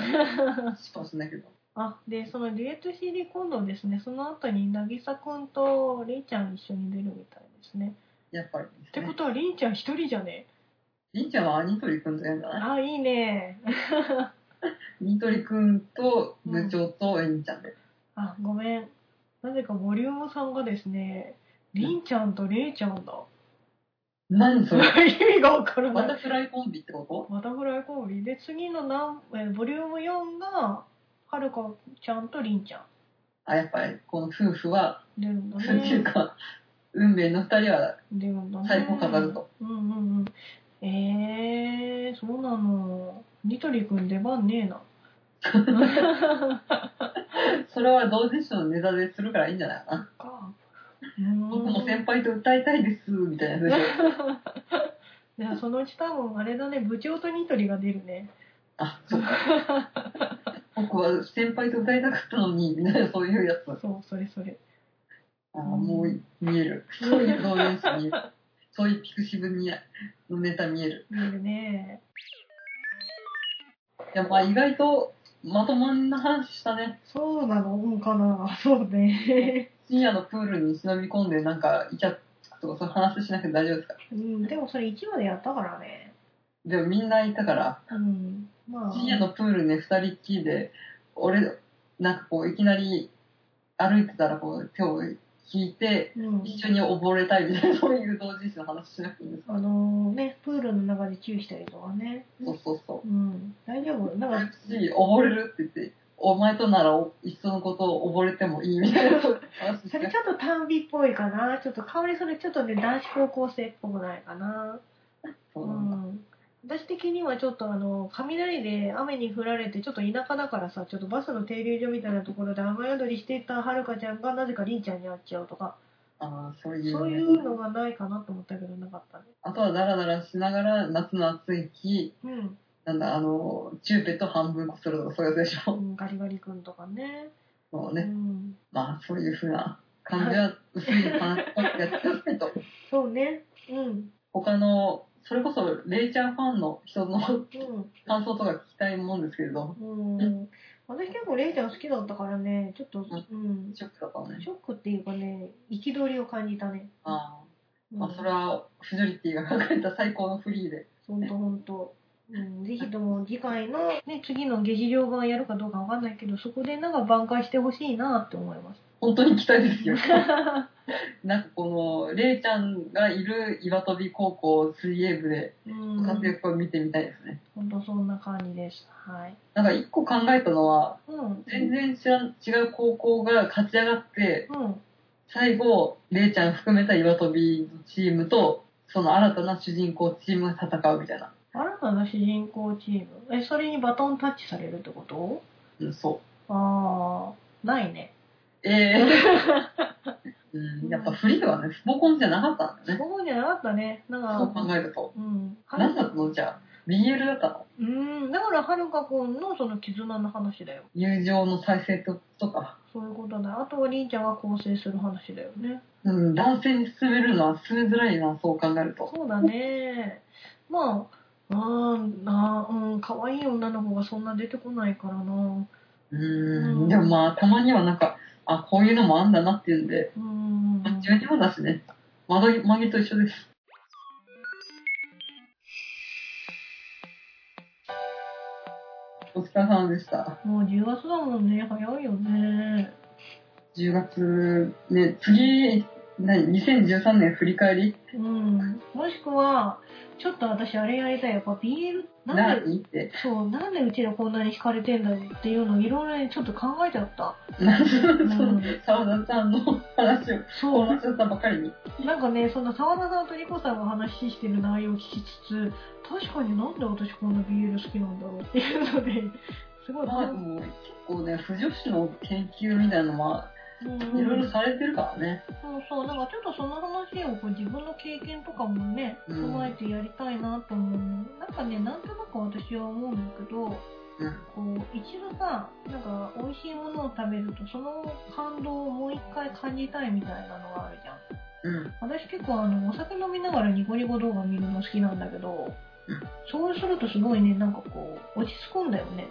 しかもしないけど。
あでそのデュエット CD 今度ですねその後に渚くんとれいちゃん一緒に出るみたいですね
やっぱり
っ
です
てこ
ね。
とはりんちゃん一人じゃね
りんちゃんはニトリくんとやるんじゃない
あいいね
ニトリくんと部長とえんちゃんで。
あごめんなぜかボリューム3がですねりんちゃんとれいちゃんだ
何それ
意味がわから
バ
な
タ
い
フライコンビってこと
バタフライコーリーで次のなんえーボリューム4がはるかちゃんとりんちゃん
あ、やっぱりこの夫婦は、
出るんだ
なんていう
ね
か、運命の二人は
出るんだね
最高飾ると。
うんうんうん。えー、そうなの。ニトリくん出番ねえ な。
それは同時視のネタでするからいいんじゃないかな。
か。うーん
僕も先輩と歌いたいです、みたいな風に。
いやそのうち多分あれだね、部長とニトリが出るね。
あ、そっか。僕は先輩と歌いたかったのに、みたいなそういうやつ。
そう、それそれ。
あもう見える。そういう同時視見える。そういうピクシブにのネタ見える。
出るね。
いや、まあ意外とまともな話したね。
そうなのうんかな。そうね。
深夜のプールに忍び込んでなんかイチャつくとかそういう話しなくて大丈夫ですか
うん、でもそれ1話でやったからね。
でもみんないたから、
うん。まあ。
深夜のプールね、二人っきりで、俺、なんかこういきなり歩いてたらこう手を引いて、
うん。
一緒に溺れたいみたいな、そういう同人誌の話しなくていいんですか
あのね、プールの中で注意したりとかね。
そうそうそう。
うん。大丈夫。なんか、
し、溺れるって言って、お前とならおいっそのことを溺れてもいいみたいなそういう話し
そ
て
れちょっと短美っぽいかな。ちょっと香りそれちょっとね、男子高校生っぽくないかな。
そううなんだ
ん。私的にはちょっとあの、雷で雨に降られて、ちょっと田舎だからさ、ちょっとバスの停留所みたいなところで雨宿りしていたはるかちゃんがなぜかりんちゃんに会っちゃうとか、
ああ、そういうね。
そういうのがないかなと思ったけどなかったね。
あとはダラダラしながら夏の暑い日、
うん
なんだ、あの、チューペット半分こするとかそういうやつでし
う
ょ。
ん。ガリガリ君とかね。
そう
う
ね。
ん。
まあ、そういうふうな感じは薄い話をやってくださいと。
そうね。うん。
他の、それこそ、レイちゃんファンの人の
うん。
感想とか聞きたいもんですけれど、
うん。私結構レイちゃん好きだったからね、ちょっと、うん。
ショックだったのね
シ。ョックっていうかね、憤りを感じたね。
あ
う
あ、
ん
まあ、それは、フジョリティが抱えた最高のフリーで。
ほんとほんと。うん、ぜひとも次回の、ね、次の劇場版やるかどうかわかんないけど、そこでなんか挽回してほしいなって思います。
本当に期待です よ。なんかこの、レイちゃんがいる岩飛び高校水泳部で
うん、
活躍を見てみたいですね。
ほんとそんな感じです。はい。
なんか一個考えたのは、
うん。
全然知らん違う高校が勝ち上がって
うん。
最後レイちゃん含めた岩飛びのチームとその新たな主人公チームが戦うみたいな、
新たな主人公チーム。え、それにバトンタッチされるってこと
うん、そ
ああ、ないね。
うえ えうん、やっぱフリーはねスポコンじゃなかったんだね
そうじゃなかったね。なん
そう考
か、
えると
うん。
何だったのじゃあ BL だったの
うん。だから、はるかくんのその絆の話だよ。
友情の再生ととか、
そういうことだ。あとは、りんちゃんが構成する話だよね。
うん、男性に進めるのは進めづらいなそう考えると
そうだね。まあ、あーなうん、可愛い女の子がそんな出てこないからな。
うーん、でもまあ、たまにはなんか、あ、こういうのもあんだなっていうんで、
うん
まあ、自分にもだしね、まどまぎと一緒です。お疲れ様でした。
もう10月だもんね早いよね
10月、ね、次、何、2013年振り返り
うんもしくはちょっと私あれやりたいやっぱ BL なんで
何って。
そうなんでうちらこんなに惹かれてんだろうっていうのをいろいろねちょっと考えちゃった
なん
ん
で、沢田ちゃんの話を、
そ
こう
う
なっちゃったばかりに。
なんかね、その澤田さんとリコさんが話してる内容を聞きつつ、確かになんで私こんな BL 好きなんだろうっていうので、 すごい、
まあ、でも結構ね、不女子の研究みたいなのは、
うん
いろいろされてるからね。
そうそう、なんかちょっとその話をこう自分の経験とかもね、
うん
踏まえてやりたいなと思うの。なんかね、なんとなく私は思うんだけど、
うん
こう一度さ、なんか美味しいものを食べると、その感動をもう一回感じたいみたいなのがあるじゃん。
うん。
私結構あのお酒飲みながらニコニコ動画見るの好きなんだけど、
うん
そうするとすごいねなんかこう落ち着くんだよね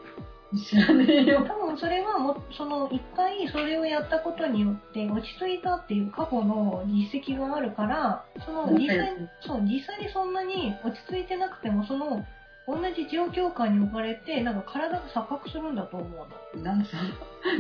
知らねえよ。
多分それはもうその一回それをやったことによって落ち着いたっていう過去の実績があるからその実際にそう実際にそんなに落ち着いてなくてもその同じ状況下に置かれてなんか体が錯覚するんだと思う の
なんか、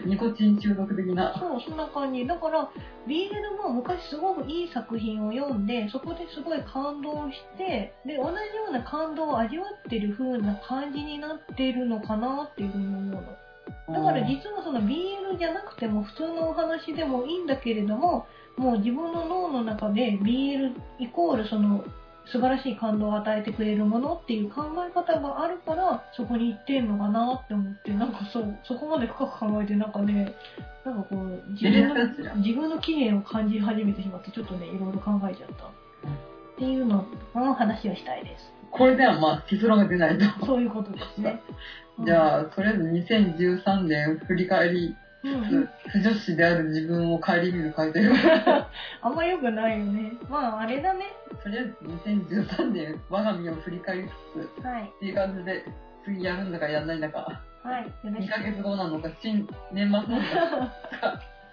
ニコチン中毒的な。
そう、そんな感じ。だから、ビールドも昔すごくいい作品を読んで、そこですごい感動して、で、同じような感動を味わってる風な感じになってるのかなっていうふうに思うの。だから
うん
実はその BL じゃなくても普通のお話でもいいんだけれども、もう自分の脳の中で BL イコールその素晴らしい感動を与えてくれるものっていう考え方があるから、そこに行ってんのかなって思って、なんかそう、そこまで深く考えてなんかね、なんかこう、自分の 自分の起源を感じ始めてしまって、ちょっとね、いろいろ考えちゃった。っていうのの話をした いです。
これではまあ結論が出ないと。
そういうことですね。
じゃあ、とりあえず2013年振り返り、
うん、う
不
ん
女子である自分を顧みる会という。
あんま良くないよね。まあ、あれだね。
とりあえず2013年、我が身を振り返りつつ、
はい。
っていう感じで、次やるんだかやんないんだか、
はい。よろ
2
し
ヶ
く。
月後なのか、新年末なのか。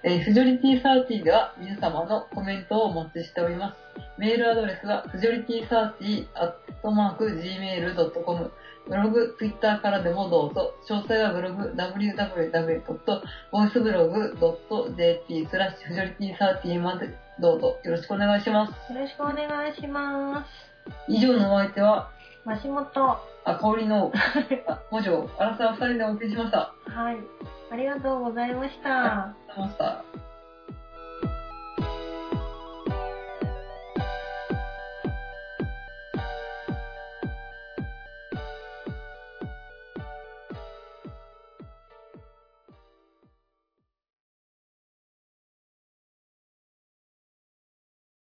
えー、フジョリティサーティでは皆様のコメントをお待ちしております。メールアドレスは、フジョリティサーティアットマーク gmail.com。ブログ、ツイッターからでもどうぞ。詳細はブログ、www.voiceblog.jp スラッシュフジョリティサーティまでどうぞよろしくお願いします。
よろしくお願いしま
以上のお相手は、
す。マシモト。は
あ、香りの、あ、文字を、あらさ2人でお送りしました。
い。ありがとうございました。
ありがとうございました。